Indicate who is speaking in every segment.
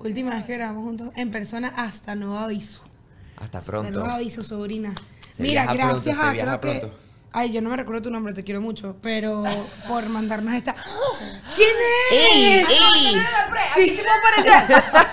Speaker 1: Última vez que grabamos juntos en persona hasta nuevo aviso.
Speaker 2: Hasta
Speaker 1: Hasta
Speaker 2: pronto.
Speaker 1: nuevo aviso, sobrina.
Speaker 2: Se
Speaker 1: Mira,
Speaker 2: viaja pronto,
Speaker 1: gracias
Speaker 2: se
Speaker 1: a
Speaker 2: viaja
Speaker 1: creo que-
Speaker 2: pronto.
Speaker 1: Ay, yo no me recuerdo tu nombre, te quiero mucho, pero por mandarnos esta. ¿Quién es? Ah,
Speaker 2: ¡Ey! ¡Ey!
Speaker 1: Sí, sí puedo aparecer.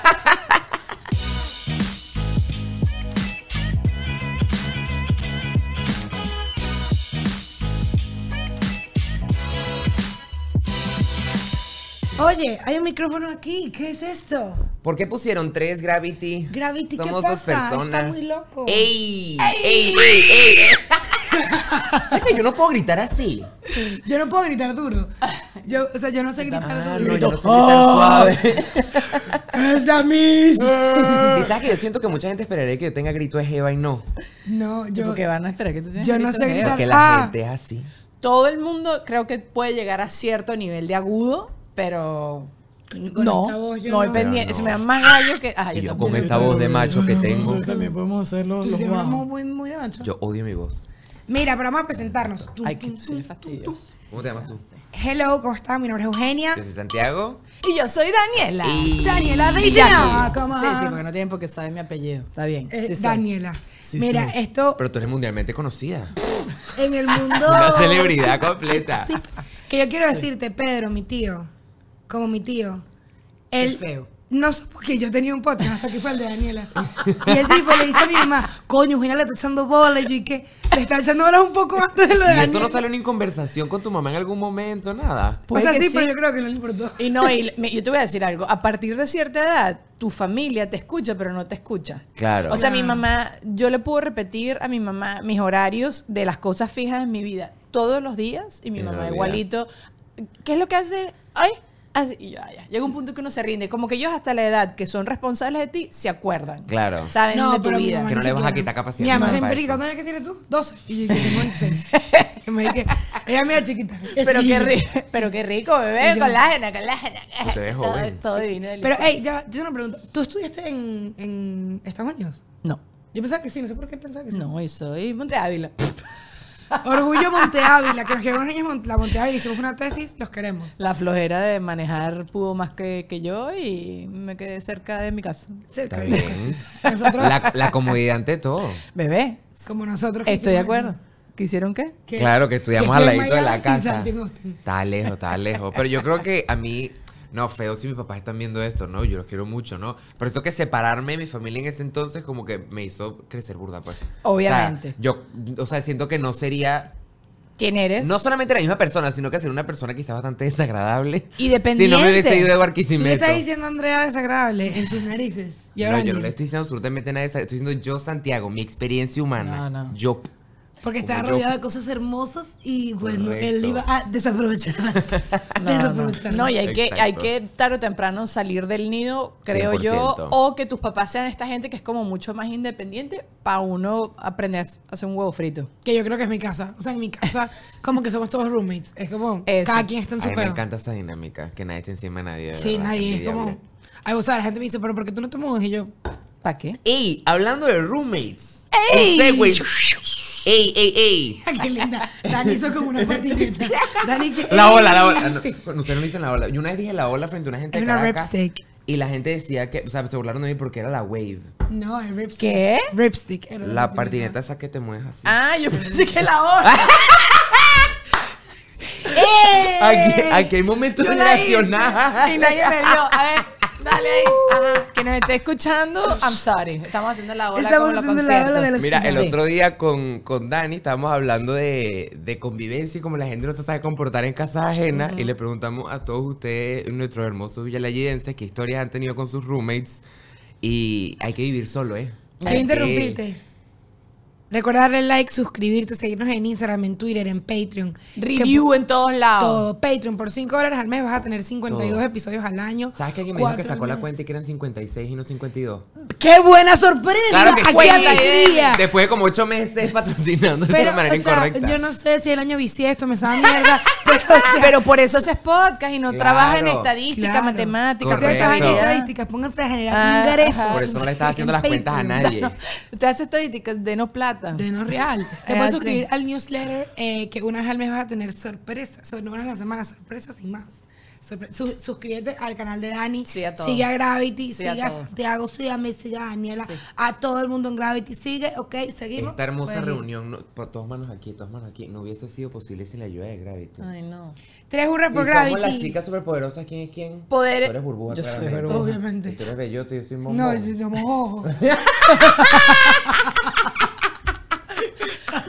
Speaker 1: Oye, hay un micrófono aquí. ¿Qué es esto?
Speaker 2: ¿Por qué pusieron tres Gravity?
Speaker 1: Gravity, ¿qué
Speaker 2: Somos dos
Speaker 1: pasa? Está
Speaker 2: personas.
Speaker 1: muy loco.
Speaker 2: ¡Ey! ¡Ey! ¡Ey! ¡Ey! ¿Sabes que yo no puedo gritar así?
Speaker 1: Yo no puedo gritar duro. Yo, o sea, yo no sé gritar
Speaker 2: Ah,
Speaker 1: duro.
Speaker 2: no, yo no sé
Speaker 1: ¡Ah!
Speaker 2: gritar suave.
Speaker 1: ¡Es la Miss!
Speaker 2: Eh. Y sabes que yo siento que mucha gente esperaría que yo tenga grito de jeva y no.
Speaker 1: No, yo.
Speaker 3: Porque van a esperar que tú tienes
Speaker 1: yo no
Speaker 3: grito
Speaker 1: sé
Speaker 3: de-
Speaker 1: gritar.
Speaker 2: Porque la
Speaker 1: Ah.
Speaker 2: gente es así.
Speaker 3: Todo el mundo creo que puede llegar a cierto nivel de agudo, pero
Speaker 1: con
Speaker 3: no,
Speaker 1: esta voz yo
Speaker 3: no,
Speaker 1: no.
Speaker 3: hay
Speaker 2: Pero
Speaker 3: pendiente.
Speaker 2: no.
Speaker 3: Se me dan más gallo que. Ah,
Speaker 2: Y yo con
Speaker 3: también.
Speaker 2: esta voz de macho que tengo.
Speaker 3: también podemos hacerlo
Speaker 1: Tú tienes una voz muy, muy de macho.
Speaker 2: Yo odio mi voz.
Speaker 1: Mira, pero vamos a presentarnos. Tú,
Speaker 3: Ay,
Speaker 1: tú,
Speaker 3: que tú
Speaker 1: tú,
Speaker 3: sí
Speaker 1: tú,
Speaker 3: fastidio.
Speaker 2: ¿Cómo te llamas tú?
Speaker 1: tú. Hello, ¿cómo estás? Mi nombre es Eugenia.
Speaker 2: Yo soy Santiago.
Speaker 3: Y yo soy Daniela.
Speaker 2: Y-
Speaker 1: Daniela
Speaker 3: Y ya.
Speaker 1: Regina. ¿Cómo?
Speaker 3: Sí, sí, porque no tienen por qué saber mi apellido. Está bien.
Speaker 1: Eh,
Speaker 3: sí soy.
Speaker 1: Daniela.
Speaker 3: Sí,
Speaker 1: Mira,
Speaker 3: soy.
Speaker 1: esto
Speaker 2: Pero tú eres mundialmente conocida.
Speaker 1: en el mundo.
Speaker 2: Una celebridad completa.
Speaker 1: Que yo quiero decirte, Pedro, mi tío, como mi tío, él...
Speaker 3: Qué feo.
Speaker 1: No sé, porque yo tenía un podcast, hasta que fue el de Daniela. Y el tipo le dice a mi mamá, coño, Gina le está echando bola. Y yo, ¿y qué? Le está echando bolas un poco antes de lo de
Speaker 2: Y eso
Speaker 1: Daniela.
Speaker 2: no salió ni en conversación con tu mamá en algún momento, nada.
Speaker 1: o sea,
Speaker 3: Puede que
Speaker 1: sí,
Speaker 3: sí.
Speaker 1: pero yo creo que no le importó.
Speaker 3: Y no, y me- yo te voy a decir algo. A partir de cierta edad, tu familia te escucha, pero no te escucha.
Speaker 2: Claro.
Speaker 3: O sea, mi
Speaker 1: Claro.
Speaker 3: mamá, yo le puedo repetir a mi mamá mis horarios de las cosas fijas en mi vida todos los días y mi
Speaker 2: Y no
Speaker 3: mamá
Speaker 2: olvida.
Speaker 3: igualito. ¿Qué es lo que hace? Ay, así, y yo, "Ah, ya. Llega un punto que uno se rinde. Como que ellos hasta la edad que son responsables de ti se acuerdan.
Speaker 2: Claro.
Speaker 3: Saben de tu
Speaker 1: mi
Speaker 3: vida.
Speaker 1: mamá
Speaker 2: Que no
Speaker 1: se
Speaker 2: le vas a
Speaker 1: quiere.
Speaker 2: quitar capacidad
Speaker 1: Mi mamá
Speaker 2: para
Speaker 1: siempre
Speaker 2: eso.
Speaker 1: dice, ¿cuántos años que tienes tú? 12. Y yo, yo tengo 26. Y me dije, ella me da chiquita.
Speaker 3: Pero,
Speaker 1: Sí.
Speaker 3: qué rico, pero qué rico, bebé,
Speaker 1: Y yo-
Speaker 3: colágena, colágena.
Speaker 2: Usted es
Speaker 3: Todo-
Speaker 2: joven.
Speaker 3: Todo, divino.
Speaker 1: Pero, hey, ya, yo una pregunta. ¿Tú estudiaste en, en Estados Unidos?
Speaker 3: no,
Speaker 1: Yo pensaba que sí, no sé por qué pensaba que sí.
Speaker 3: no, yo soy Monte Ávila.
Speaker 1: Orgullo Monte Ávila, que nos queremos niños Mon- la Monte Ávila, hicimos una tesis, los queremos.
Speaker 3: La flojera de manejar pudo más que, que yo y me quedé cerca de mi casa.
Speaker 1: Cerca
Speaker 2: Está
Speaker 1: de
Speaker 2: bien.
Speaker 1: Nosotros,
Speaker 2: La, la comodidad ante todo.
Speaker 3: Bebé,
Speaker 1: como nosotros. que
Speaker 3: estoy de
Speaker 1: hicimos
Speaker 3: acuerdo. ¿Qué hicieron qué?
Speaker 1: que-
Speaker 2: Claro que estudiamos
Speaker 1: que
Speaker 2: al
Speaker 1: estoy en
Speaker 2: ladito de la
Speaker 1: Miami y
Speaker 2: casa.
Speaker 1: Santiago.
Speaker 2: Está lejos, está lejos. Pero yo creo que a mí, no, feo si mis papás están viendo esto, ¿no? Yo los quiero mucho, ¿no? Pero esto que separarme de mi familia en ese entonces como que me hizo crecer burda, pues.
Speaker 3: Obviamente.
Speaker 2: O sea, yo, o sea, siento que no sería,
Speaker 3: ¿Quién eres?
Speaker 2: no solamente la misma persona, sino que sería una persona quizás bastante desagradable. Si
Speaker 3: Y
Speaker 2: no me
Speaker 3: dependiente.
Speaker 2: hubiese ido de
Speaker 1: Tú le
Speaker 2: Barquisimeto.
Speaker 1: estás diciendo a Andrea desagradable en sus narices. Y ahora
Speaker 2: no, yo no
Speaker 1: Ángel,
Speaker 2: le estoy diciendo absolutamente nada de esa. Estoy diciendo yo, Santiago, mi experiencia humana.
Speaker 3: No, no.
Speaker 2: Yo.
Speaker 1: Porque está
Speaker 2: Como yo.
Speaker 1: rodeado de cosas hermosas y bueno, él
Speaker 2: Correcto.
Speaker 1: iba a desaprovecharlas.
Speaker 3: No, no.
Speaker 1: desaprovecharlas.
Speaker 3: No, y hay que, hay
Speaker 2: Exacto.
Speaker 3: que tarde o temprano salir del nido, creo yo,
Speaker 2: 100%.
Speaker 3: o que tus papás sean esta gente que es como mucho más independiente para uno aprender a hacer un huevo frito.
Speaker 1: Que yo creo que es mi casa. O sea, en mi casa, como que somos todos roommates. Es como,
Speaker 3: Eso.
Speaker 1: cada quien está en
Speaker 2: A
Speaker 1: su
Speaker 2: mí me
Speaker 1: peo.
Speaker 2: encanta esa dinámica, que nadie esté encima de nadie. de
Speaker 1: Sí,
Speaker 2: verdad,
Speaker 1: nadie. Es
Speaker 2: envidiable.
Speaker 1: como. Ay, o sea, la gente me dice, pero ¿por qué tú no te mudas? Y yo,
Speaker 3: ¿Para qué?
Speaker 2: Ey, hablando de roommates.
Speaker 3: ¡Ey!
Speaker 2: Un segue. Ey, ey, ey.
Speaker 1: qué linda. Dani hizo como una patineta. Dani que.
Speaker 2: La ola, la ola. Ah, no, ustedes no dicen la ola. Yo una vez dije la ola frente a una gente
Speaker 1: Es
Speaker 2: de
Speaker 1: una rap
Speaker 2: Caracas.
Speaker 1: stick.
Speaker 2: Y la gente decía que, o sea, se burlaron de mí porque era la wave.
Speaker 1: No, el ripstick.
Speaker 3: ¿Qué?
Speaker 1: Ripstick. era
Speaker 2: La patineta esa que te mueves así.
Speaker 3: Ah, yo pensé que la hora.
Speaker 2: Aquí, aquí hay momentos
Speaker 3: Yo la hice Y
Speaker 2: relacionados.
Speaker 3: nadie me vio. A ver, dale ahí. Ajá. Que nos esté escuchando, I'm sorry. Estamos haciendo la ola.
Speaker 1: Uh. Estamos
Speaker 3: como
Speaker 1: haciendo
Speaker 3: los
Speaker 1: la ola de la-
Speaker 2: Mira, el
Speaker 3: Sí.
Speaker 2: otro día con, con Dani estábamos hablando de, de convivencia y como la gente no se sabe comportar en casas ajenas y le preguntamos a todos ustedes, nuestros hermosos villallayidenses, qué historias han tenido con sus roommates y hay que vivir solo, ¿eh? Hay
Speaker 1: Quiero
Speaker 2: que-
Speaker 1: interrumpirte. Recuerda darle like, suscribirte, seguirnos en Instagram, en Twitter, en Patreon.
Speaker 3: Review en todos
Speaker 1: Que-
Speaker 3: lados.
Speaker 1: todo. Patreon por 5 dólares al mes vas a tener 52
Speaker 2: Todo.
Speaker 1: episodios al año.
Speaker 2: ¿Sabes que alguien me dijo que
Speaker 1: Cuatro
Speaker 2: sacó la
Speaker 1: meses.
Speaker 2: cuenta y que eran 56 y no 52?
Speaker 1: ¡Qué buena sorpresa!
Speaker 2: sí.
Speaker 1: Aquí al día.
Speaker 2: Después de como ocho meses patrocinando de
Speaker 1: Pero,
Speaker 2: una manera
Speaker 1: o sea,
Speaker 2: incorrecta.
Speaker 1: yo no sé si el año bisiesto me sabe mierda. pero, o sea,
Speaker 3: Pero por eso haces podcast y no
Speaker 2: Claro.
Speaker 3: trabajas en estadística,
Speaker 1: claro.
Speaker 3: matemática,
Speaker 1: Si ustedes trabajan en
Speaker 2: Correcto.
Speaker 1: estadísticas, pónganse a generar
Speaker 3: Ah,
Speaker 1: ingresos.
Speaker 3: ajá.
Speaker 2: Por eso no le estás haciendo las
Speaker 1: En
Speaker 2: cuentas a
Speaker 1: Patreon.
Speaker 2: nadie.
Speaker 3: Usted hace estadística, denos plata.
Speaker 1: Denos real. Te
Speaker 3: Ah,
Speaker 1: puedes
Speaker 3: sí.
Speaker 1: suscribir al newsletter eh, que una vez al mes vas a tener sorpresas, so- no una vez a la semana, sorpresas y más. Sorpre- su- suscríbete al canal de Dani.
Speaker 3: Sí, a todo.
Speaker 1: Sigue a Gravity,
Speaker 3: Sí, a
Speaker 1: sigue a,
Speaker 3: todo.
Speaker 1: Santiago, sigue a mí, sigue a Daniela,
Speaker 3: Sí.
Speaker 1: a todo el mundo en Gravity. Sigue, ok, seguimos.
Speaker 2: Esta hermosa
Speaker 1: Pueden ir.
Speaker 2: reunión, no, por todas manos aquí, todas manos aquí, no hubiese sido posible sin la ayuda de Gravity.
Speaker 3: Ay, no.
Speaker 1: Tres hurras
Speaker 2: Si
Speaker 1: por
Speaker 2: somos las
Speaker 1: Gravity.
Speaker 2: chicas superpoderosas, ¿quién es quién?
Speaker 3: Poder-
Speaker 2: Tú eres burbuja,
Speaker 4: Yo soy
Speaker 2: claramente.
Speaker 4: Burbuja.
Speaker 1: Obviamente.
Speaker 2: Tú eres bellota, yo soy momón.
Speaker 1: No, yo, yo mojo.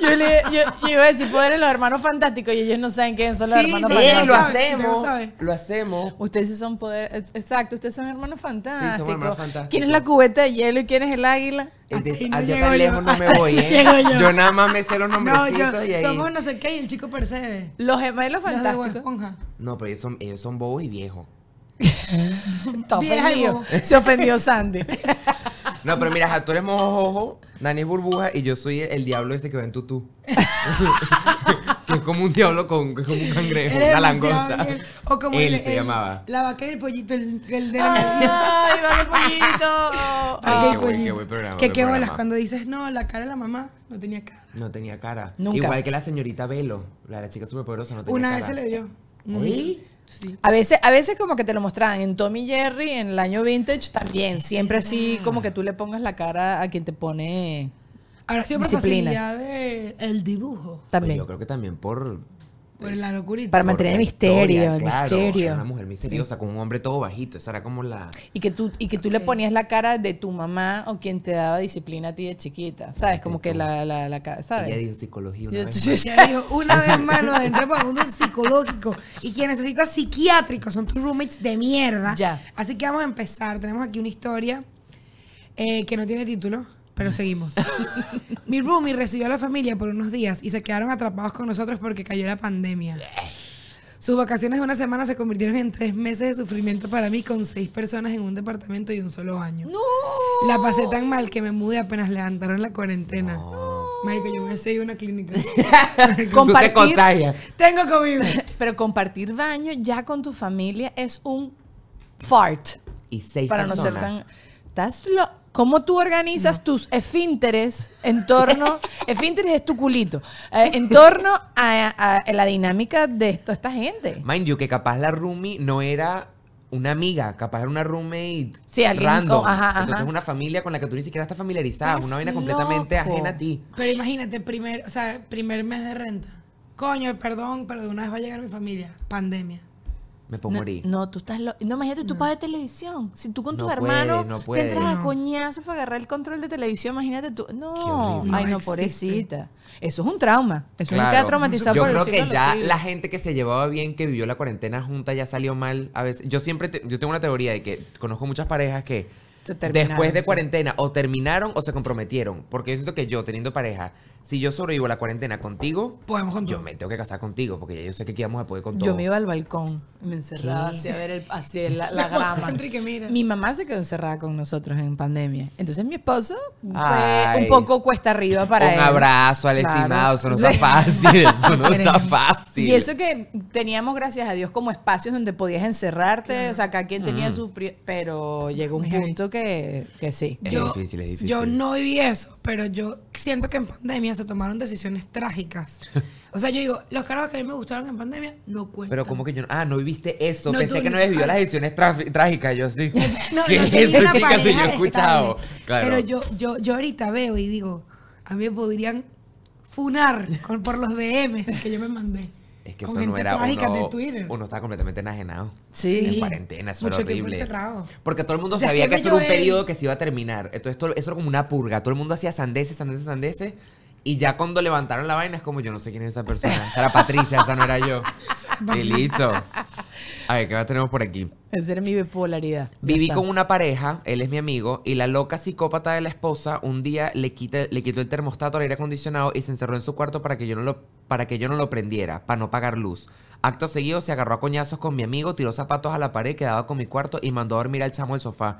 Speaker 3: Yo, le, yo, yo iba a decir poder en los hermanos fantásticos y ellos no saben quién son los
Speaker 1: Sí,
Speaker 3: hermanos
Speaker 1: sí,
Speaker 2: Bien,
Speaker 1: Pero
Speaker 2: lo
Speaker 3: fantásticos.
Speaker 1: sabe, pero
Speaker 2: hacemos.
Speaker 1: sabe.
Speaker 2: Lo hacemos.
Speaker 3: Ustedes sí son poder. eh, Exacto, ustedes son hermanos fantásticos.
Speaker 2: hermanos fantásticos.
Speaker 3: ¿Quién es la cubeta de hielo y quién es el águila?
Speaker 1: Hasta
Speaker 2: Entonces,
Speaker 1: ahí no
Speaker 2: allá
Speaker 1: llego
Speaker 2: tan
Speaker 1: yo.
Speaker 2: lejos no me
Speaker 1: Hasta
Speaker 2: voy,
Speaker 1: ahí
Speaker 2: ¿eh?
Speaker 1: llego yo.
Speaker 2: Yo nada más me sé los
Speaker 1: No,
Speaker 2: nombrecitos
Speaker 1: yo,
Speaker 2: y ahí.
Speaker 1: somos no sé qué y el chico percebe.
Speaker 3: Los gemelos
Speaker 1: Los de Bob
Speaker 3: fantásticos.
Speaker 1: Esponja.
Speaker 2: No, pero ellos son, ellos son bobos y viejos.
Speaker 3: Está
Speaker 1: Vieja y
Speaker 3: ofendido.
Speaker 1: boba.
Speaker 3: Se ofendió Sandy.
Speaker 2: No, pero mira, ajá, tú eres mojo, ojo, Dani es burbuja y yo soy el, el diablo ese que va en tutú. que es como un diablo con que es como un cangrejo,
Speaker 1: Eres
Speaker 2: una
Speaker 1: demasiado
Speaker 2: langosta.
Speaker 1: bien. O como
Speaker 2: Él
Speaker 1: el-
Speaker 2: se
Speaker 1: el-
Speaker 2: llamaba.
Speaker 1: La vaca y el pollito, el, el
Speaker 3: Ah.
Speaker 1: de la
Speaker 3: ¡Ay, va el pollito!
Speaker 1: Vaca y
Speaker 2: qué buen- Ah, qué
Speaker 1: pollito.
Speaker 2: buen programa,
Speaker 1: Que
Speaker 2: buen
Speaker 1: qué bolas
Speaker 2: programa.
Speaker 1: cuando dices, no, la cara de la mamá no tenía cara.
Speaker 2: No tenía cara.
Speaker 3: Nunca.
Speaker 2: Igual que la señorita Velo, la, la chica superpoderosa no tenía
Speaker 1: Una
Speaker 2: cara.
Speaker 1: vez se le vio.
Speaker 2: ¿Oí?
Speaker 3: A veces, a veces como que te lo mostraban en Tommy Jerry, en el año vintage también. Siempre así como que tú le pongas la cara a quien te pone
Speaker 1: Ahora sí, por
Speaker 3: Disciplina.
Speaker 1: facilidad de el dibujo.
Speaker 3: también.
Speaker 2: Yo creo que también por
Speaker 1: Por la locurita.
Speaker 3: Para mantener el
Speaker 2: la
Speaker 3: misterio,
Speaker 2: historia,
Speaker 3: el
Speaker 2: claro,
Speaker 3: misterio.
Speaker 2: era Una mujer misteriosa con un hombre todo bajito. Esa era como la.
Speaker 3: Y que tú, y que tú le ponías la cara de tu mamá o quien te daba disciplina a ti de chiquita. ¿Sabes? Como que la, la, la cara,
Speaker 2: Ella
Speaker 3: ¿sabes?
Speaker 2: dijo psicología una
Speaker 3: Yo-
Speaker 2: vez.
Speaker 3: yo-
Speaker 2: más.
Speaker 1: Ya dijo, una vez más nos adentramos al mundo psicológico y quien necesita psiquiátrico son tus roommates de mierda.
Speaker 3: Ya.
Speaker 1: Así que vamos a empezar. Tenemos aquí una historia eh, que no tiene título, pero seguimos. Mi roomie recibió a la familia por unos días y se quedaron atrapados con nosotros porque cayó la pandemia. Sus vacaciones de una semana se convirtieron en tres meses de sufrimiento para mí con seis personas en un departamento y un solo baño. La pasé tan mal que me mudé apenas levantaron la cuarentena. Marico, yo me hubiese ido a una clínica.
Speaker 2: Tú te
Speaker 3: Compartir-
Speaker 2: contagias.
Speaker 1: Tengo COVID.
Speaker 3: Pero compartir baño ya con tu familia es un fart.
Speaker 2: Y seis
Speaker 3: para
Speaker 2: personas.
Speaker 3: no ser tan. ¿Estás lo- ¿Cómo tú organizas tus esfínteres en torno. esfínteres es tu culito. eh, en torno a, a la dinámica de esto, esta gente.
Speaker 2: Mind you, que capaz la roomie no era una amiga, capaz era una roommate
Speaker 3: Sí, alguien
Speaker 2: random.
Speaker 3: con- ajá, ajá.
Speaker 2: Entonces una familia con la que tú ni siquiera estás familiarizada,
Speaker 3: Estás
Speaker 2: una vaina completamente
Speaker 3: loco.
Speaker 2: ajena a ti.
Speaker 1: Pero imagínate, primer, o sea, primer mes de renta. Coño, perdón, pero de una vez va a llegar mi familia. Pandemia.
Speaker 2: Me puedo
Speaker 3: No,
Speaker 2: morir.
Speaker 3: no, tú estás lo- No, imagínate, tú pagas televisión. Si tú con
Speaker 2: No
Speaker 3: tus
Speaker 2: puede,
Speaker 3: hermanos
Speaker 2: no
Speaker 3: te
Speaker 2: puede.
Speaker 3: entras a
Speaker 1: No.
Speaker 3: coñazos para agarrar el control de televisión, imagínate tú.
Speaker 2: Qué
Speaker 3: No,
Speaker 2: horrible.
Speaker 3: ay, no,
Speaker 1: No existe.
Speaker 3: pobrecita. Eso es un trauma. Eso
Speaker 2: Claro.
Speaker 3: no queda traumatizado
Speaker 2: Yo
Speaker 3: por el
Speaker 2: creo
Speaker 3: siglo
Speaker 2: que
Speaker 3: de los
Speaker 2: ya
Speaker 3: siglos.
Speaker 2: la gente que se llevaba bien, que vivió la cuarentena junta, ya salió mal. A veces, yo siempre, te- yo tengo una teoría de que conozco muchas parejas que
Speaker 3: Se terminaron,
Speaker 2: después de
Speaker 3: sí.
Speaker 2: cuarentena o terminaron o se comprometieron. Porque yo siento que yo, teniendo pareja, si yo sobrevivo a la cuarentena contigo,
Speaker 1: Podemos con
Speaker 2: yo
Speaker 1: todo.
Speaker 2: me tengo que casar contigo, porque ya yo sé que aquí vamos a poder con todo.
Speaker 3: Yo me iba al balcón, me encerraba así a ver el, así la, la
Speaker 1: Tu esposo
Speaker 3: grama.
Speaker 1: entra y que mira.
Speaker 3: Mi mamá se quedó encerrada con nosotros en pandemia. Entonces mi esposo fue
Speaker 2: Ay.
Speaker 3: un poco cuesta arriba para
Speaker 2: Un
Speaker 3: él.
Speaker 2: abrazo al
Speaker 3: Claro.
Speaker 2: estimado, eso no
Speaker 3: Sí.
Speaker 2: está fácil, eso no está
Speaker 1: Miren.
Speaker 2: fácil.
Speaker 3: Y eso que teníamos, gracias a Dios, como espacios donde podías encerrarte, o sea, cada quien tenía su... pri- Pero llegó un
Speaker 1: Muy heavy.
Speaker 3: punto que, que sí.
Speaker 2: Es difícil, es difícil.
Speaker 1: Yo no viví eso, pero yo siento que en pandemia se tomaron decisiones trágicas. O sea, yo digo, los carajos que a mí me gustaron en pandemia no cuentan.
Speaker 2: Pero como que yo no- ah, no viviste eso,
Speaker 1: No,
Speaker 2: pensé
Speaker 1: tú-
Speaker 2: que no habías vivido
Speaker 1: ay.
Speaker 2: las decisiones traf- trágicas, yo sí.
Speaker 1: No,
Speaker 2: ¿Qué
Speaker 1: no
Speaker 2: es
Speaker 1: tenía
Speaker 2: eso,
Speaker 1: una
Speaker 2: chicas? Sí, yo
Speaker 1: pareja
Speaker 2: he escuchado.
Speaker 1: estable.
Speaker 2: Claro.
Speaker 1: Pero yo, yo, yo ahorita veo y digo, a mí me podrían funar con- por los DMs que yo me mandé.
Speaker 2: es que
Speaker 1: con
Speaker 2: eso no
Speaker 1: gente
Speaker 2: era
Speaker 1: trágica
Speaker 2: uno,
Speaker 1: de Twitter.
Speaker 2: uno estaba completamente enajenado.
Speaker 3: Sí.
Speaker 2: En cuarentena, eso era
Speaker 1: Mucho tiempo
Speaker 2: horrible.
Speaker 1: encerrado.
Speaker 2: Porque todo el mundo
Speaker 1: O sea,
Speaker 2: sabía que
Speaker 1: escribe
Speaker 2: eso era un
Speaker 1: Joel.
Speaker 2: periodo que se iba a terminar. Entonces todo- eso era como una purga. Todo el mundo hacía sandeces, sandeces, sandeces. Y ya cuando levantaron la vaina es como yo no sé quién es esa persona. Esa era Patricia, esa no era yo. y listo. A ver, ¿qué más tenemos por aquí?
Speaker 3: Esa era mi bipolaridad. Ya
Speaker 2: Viví
Speaker 3: está.
Speaker 2: con una pareja, él es mi amigo, y la loca psicópata de la esposa un día le, quita, le quitó el termostato al aire acondicionado y se encerró en su cuarto para que yo no lo, para que yo no lo prendiera, para no pagar luz. Acto seguido se agarró a coñazos con mi amigo, tiró zapatos a la pared que daba con mi cuarto y mandó a dormir al chamo del sofá.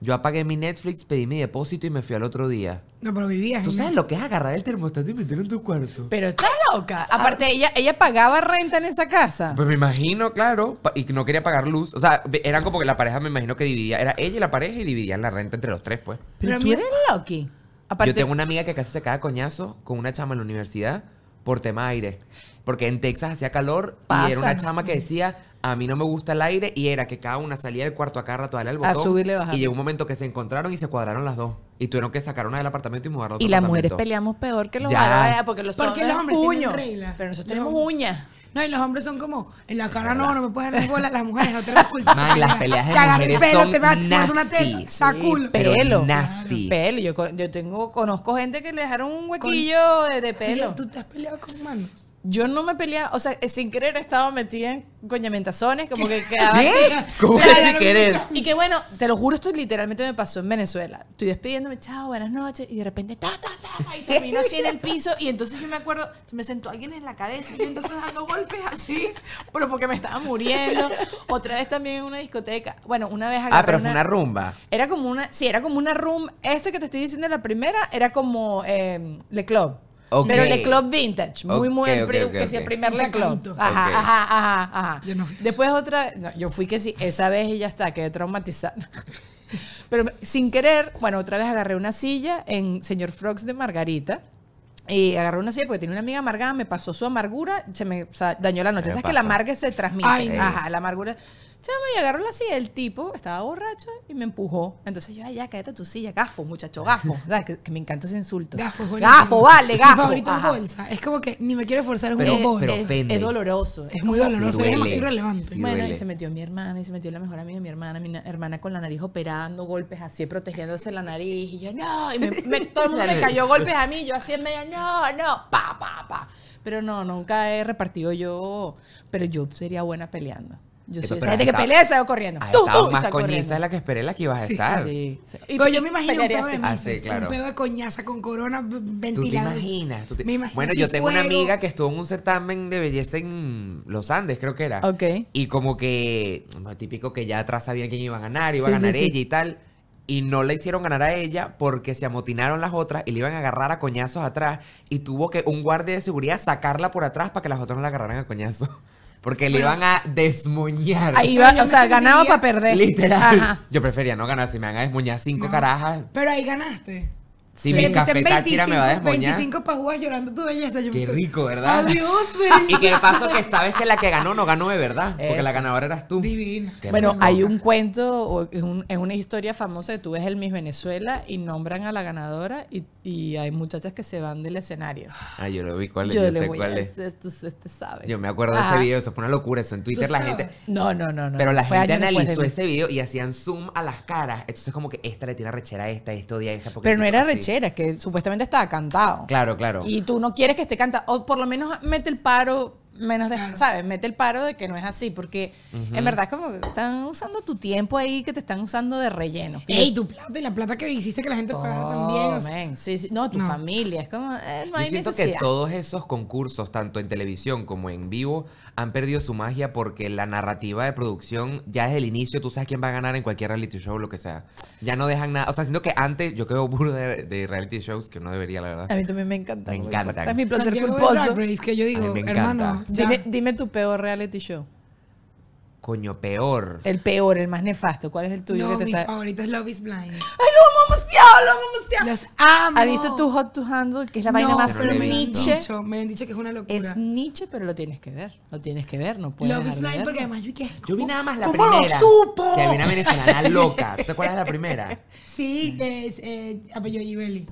Speaker 2: Yo apagué mi Netflix, pedí mi depósito y me fui al otro día.
Speaker 1: No, pero vivías.
Speaker 2: ¿Tú
Speaker 1: en
Speaker 2: sabes lo que es agarrar el termostato y meterlo en tu cuarto?
Speaker 3: Pero está loca. Aparte, ella, ella pagaba renta en esa casa.
Speaker 2: Pues me imagino, claro, pa- y no quería pagar luz. O sea, ve- eran como que la pareja me imagino que dividía, era ella y la pareja y dividían la renta entre los tres, pues.
Speaker 3: Pero
Speaker 1: Pero
Speaker 3: tú
Speaker 1: mi-
Speaker 3: eres loqui. Aparte,
Speaker 2: Yo tengo una amiga que casi se caga a coñazo con una chama en la universidad por tema aire. Porque en Texas hacía calor y era
Speaker 3: Pasa.
Speaker 2: una chama que decía, a mí no me gusta el aire y era que cada una salía del cuarto a cada rato a darle al
Speaker 3: A
Speaker 2: botón.
Speaker 3: subirle, bajarle.
Speaker 2: Y llegó un momento que se encontraron y se cuadraron las dos. Y tuvieron que sacar una del apartamento y mudarla a otro
Speaker 3: Y las mujeres
Speaker 2: apartamento.
Speaker 3: peleamos peor que los
Speaker 2: Ya.
Speaker 3: varones porque los
Speaker 1: Porque
Speaker 3: hombres
Speaker 1: los hombres tienen
Speaker 3: puño.
Speaker 1: reglas.
Speaker 3: Pero nosotros
Speaker 1: Los
Speaker 3: tenemos
Speaker 1: hombres.
Speaker 3: uñas.
Speaker 1: No, y los hombres son como, en la cara no, no me puedes dar las bolas, las mujeres no te las culpas.
Speaker 2: Man, las peleas de
Speaker 1: Te agarra el
Speaker 2: mujeres
Speaker 1: pelo,
Speaker 2: son
Speaker 1: te va a morder una teta,
Speaker 2: nasty.
Speaker 1: saculo.
Speaker 2: pero
Speaker 3: pelo.
Speaker 2: nasty.
Speaker 3: Pelo. Yo, co- yo tengo, conozco gente que le dejaron un huequillo de, de pelo.
Speaker 1: ¿Tú te has peleado con manos?
Speaker 3: Yo no me peleaba, o sea, eh, sin querer estaba metida en coñamentazones, como que quedaba
Speaker 2: ¿Sí?
Speaker 3: así.
Speaker 2: ¿Cómo
Speaker 3: O sea,
Speaker 2: que
Speaker 3: ya
Speaker 2: sin
Speaker 3: no me
Speaker 2: querer?
Speaker 3: escuchaba. Y que bueno, te lo juro, esto literalmente me pasó en Venezuela. Estoy despidiéndome, chao, buenas noches, y de repente, ta, ta, ta, y termino así en el piso, y entonces yo me acuerdo, se me sentó alguien en la cabeza, y yo entonces dando golpes así, pero porque me estaba muriendo. Otra vez también en una discoteca, bueno, una vez agarré
Speaker 2: Ah, pero fue una rumba.
Speaker 3: Era como una, sí, era como una room, este que te estoy diciendo la primera, era como eh, Le Club.
Speaker 2: Ok.
Speaker 3: Pero Le Club Vintage, muy, muy,
Speaker 2: Ok,
Speaker 3: el
Speaker 2: ok,
Speaker 3: pri-
Speaker 2: ok,
Speaker 3: que sí, el
Speaker 2: ok.
Speaker 3: primer Le Club.
Speaker 1: Sacadito.
Speaker 3: Ajá,
Speaker 2: Ok.
Speaker 3: ajá, ajá, ajá.
Speaker 1: Yo no fui a eso.
Speaker 3: Después otra, no, yo fui que sí, esa vez y ya está, quedé traumatizada. Pero me- sin querer, bueno, otra vez agarré una silla en Señor Frogs de Margarita. Y agarré una silla porque tenía una amiga amargada, me pasó su amargura, se me o sea, dañó la noche.
Speaker 2: Me
Speaker 3: ¿Sabes que la
Speaker 2: pasa.
Speaker 3: amarga se transmite?
Speaker 1: Ay, no.
Speaker 3: Ajá, la amargura. Chama, y agarró la silla, el tipo estaba borracho y me empujó. Entonces yo, ay, ya, cállate a tu silla, gafo, muchacho, gafo. ¿Sabes? Que, que me encanta ese insulto.
Speaker 1: Gafo, es bonito.
Speaker 3: gafo, vale, gafo.
Speaker 1: Mi favorito
Speaker 3: Ajá.
Speaker 1: es bolsa. Es como que ni me quiero forzar, es
Speaker 2: Pero-
Speaker 1: un bol.
Speaker 2: pero
Speaker 3: es,
Speaker 2: ofende.
Speaker 3: es doloroso.
Speaker 1: es muy doloroso, es
Speaker 2: duele.
Speaker 1: demasiado irrelevante.
Speaker 2: Sí,
Speaker 3: Bueno, y
Speaker 2: duele.
Speaker 3: se metió mi hermana, y se metió la mejor amiga de mi hermana, mi na- hermana con la nariz operada, dando golpes así, protegiéndose la nariz, y yo, no, y me- me- todo el mundo le cayó golpes a mí, yo así en medio, no, no, pa, pa, pa. Pero no, nunca he repartido yo, pero yo sería buena peleando. Yo
Speaker 2: Esto,
Speaker 3: soy esa
Speaker 2: pero
Speaker 3: gente que
Speaker 2: has
Speaker 3: pelea y se va corriendo.
Speaker 2: Has
Speaker 3: Tú,
Speaker 2: estado
Speaker 3: tú, y
Speaker 2: más
Speaker 3: sal corriendo.
Speaker 2: coñiza de la que esperé la que ibas a
Speaker 1: Sí,
Speaker 2: estar.
Speaker 3: Sí, sí. Y-
Speaker 1: Digo, pues yo
Speaker 3: y
Speaker 1: me imagino un
Speaker 3: pelearía
Speaker 1: pedo de
Speaker 3: así.
Speaker 2: Ah,
Speaker 1: meses,
Speaker 2: sí, claro.
Speaker 1: un pedo de coñaza con corona v-
Speaker 2: ¿Tú te
Speaker 1: ventilado.
Speaker 2: imaginas? Tú te-
Speaker 1: Me imagino
Speaker 2: bueno,
Speaker 1: así,
Speaker 2: yo tengo una
Speaker 1: fuego.
Speaker 2: amiga que estuvo en un certamen de belleza en Los Andes, creo que era.
Speaker 3: Ok.
Speaker 2: Y como que, bueno, típico que ya atrás sabían quién iba a ganar, iba
Speaker 3: Sí,
Speaker 2: a ganar
Speaker 3: sí, sí.
Speaker 2: ella y tal. Y no le hicieron ganar a ella porque se amotinaron las otras y le iban a agarrar a coñazos atrás. Y tuvo que un guardia de seguridad sacarla por atrás para que las otras no la agarraran a coñazos. Porque le iban a desmoñar.
Speaker 3: Ahí
Speaker 1: Pero
Speaker 3: va,
Speaker 1: yo
Speaker 3: o
Speaker 1: me
Speaker 3: sea, ganaba
Speaker 1: sentiría-
Speaker 3: para perder.
Speaker 2: Literal.
Speaker 3: Ajá.
Speaker 2: Yo prefería no ganar. Si me van a desmoñar cinco
Speaker 1: No.
Speaker 2: carajas.
Speaker 1: Pero ahí ganaste.
Speaker 2: Si
Speaker 3: Sí.
Speaker 2: mi
Speaker 1: Pero
Speaker 2: café
Speaker 1: metiste
Speaker 2: Táchira me va a desmoñar.
Speaker 1: 25 pajugas llorando tu belleza. Yo
Speaker 2: Qué
Speaker 1: me-
Speaker 2: rico, ¿verdad?
Speaker 1: Adiós, Belén.
Speaker 2: Y que de paso que sabes que la que ganó no ganó de verdad, porque
Speaker 3: Eso.
Speaker 2: la ganadora eras tú.
Speaker 1: Divina.
Speaker 2: Qué
Speaker 3: Bueno,
Speaker 2: rico.
Speaker 3: hay un cuento, o es, un- es una historia famosa de tú ves el Miss Venezuela y nombran a la ganadora y, y hay muchachas que se van del escenario.
Speaker 2: Ah, yo lo vi cuál es,
Speaker 3: Yo
Speaker 2: yo,
Speaker 3: le
Speaker 2: sé
Speaker 3: voy
Speaker 2: cuál
Speaker 3: a Ah.
Speaker 2: es.
Speaker 3: este, este- este sabe.
Speaker 2: Yo me acuerdo de
Speaker 3: Ajá.
Speaker 2: ese video, eso fue una locura, eso en Twitter la gente...
Speaker 1: estabas?
Speaker 3: No, no, no, no.
Speaker 2: Pero la
Speaker 3: fue
Speaker 2: gente
Speaker 3: años después
Speaker 2: analizó
Speaker 3: de-
Speaker 2: ese video y hacían zoom a las caras. Entonces como que esta le tiene rechera a esta, esto odia a esta. porque
Speaker 3: Pero no
Speaker 2: el
Speaker 3: era
Speaker 2: tipo así.
Speaker 3: rechera, que supuestamente estaba cantado.
Speaker 2: Claro, claro.
Speaker 3: Y tú no quieres que esté cantado, o por lo menos mete el paro, menos de, ¿sabes? Mete el paro de que no es así, porque en verdad es como que están usando tu tiempo ahí, que te están usando de relleno.
Speaker 1: Ey, tu plata y la plata que hiciste que la gente pagara también.
Speaker 3: Oh,
Speaker 1: o sea,
Speaker 3: man, sí, sí. No, tu
Speaker 1: no.
Speaker 3: familia. Es como, eh, no
Speaker 2: Yo
Speaker 3: hay
Speaker 2: siento que
Speaker 3: necesidad.
Speaker 2: todos esos concursos, tanto en televisión como en vivo, han perdido su magia porque la narrativa de producción ya desde el inicio tú sabes quién va a ganar en cualquier reality show, lo que sea. Ya no dejan nada. O sea, siento que antes yo quedo burro de, de reality shows que no debería, la verdad.
Speaker 3: A mí también me encanta.
Speaker 2: Me
Speaker 3: no
Speaker 2: encantan.
Speaker 3: importa, Es mi placer
Speaker 1: Santiago de
Speaker 3: culposo.
Speaker 1: Drag Race, que yo
Speaker 2: A
Speaker 1: digo,
Speaker 2: mí me
Speaker 1: hermano,
Speaker 2: encanta.
Speaker 1: ya.
Speaker 3: Dime, dime tu peor reality show.
Speaker 2: Coño, peor.
Speaker 3: El peor, el más nefasto. ¿Cuál es el tuyo
Speaker 1: no,
Speaker 3: que te
Speaker 1: mi
Speaker 3: está.?
Speaker 1: favorito es Love is Blind.
Speaker 3: ¡Ay, lo amo demasiado! ¡Lo amo demasiado!
Speaker 1: Los amo.
Speaker 3: ¿Has visto tu Hot to Handle? Que es la vaina
Speaker 1: No,
Speaker 3: más
Speaker 1: pero me lo han
Speaker 3: niche.
Speaker 1: dicho, Me lo han dicho que es una locura.
Speaker 3: Es niche, pero lo tienes que ver. Lo tienes que ver, no puedes.
Speaker 1: Love is
Speaker 3: dejar de
Speaker 1: Blind, porque
Speaker 3: verlo.
Speaker 1: además yo dije,
Speaker 2: Yo vi nada más la
Speaker 1: ¿Cómo lo
Speaker 2: primera.
Speaker 1: supo?
Speaker 2: Que había una venezolana loca. ¿Tú te acuerdas de la primera?
Speaker 1: Sí, que es eh, apellido Ibeli.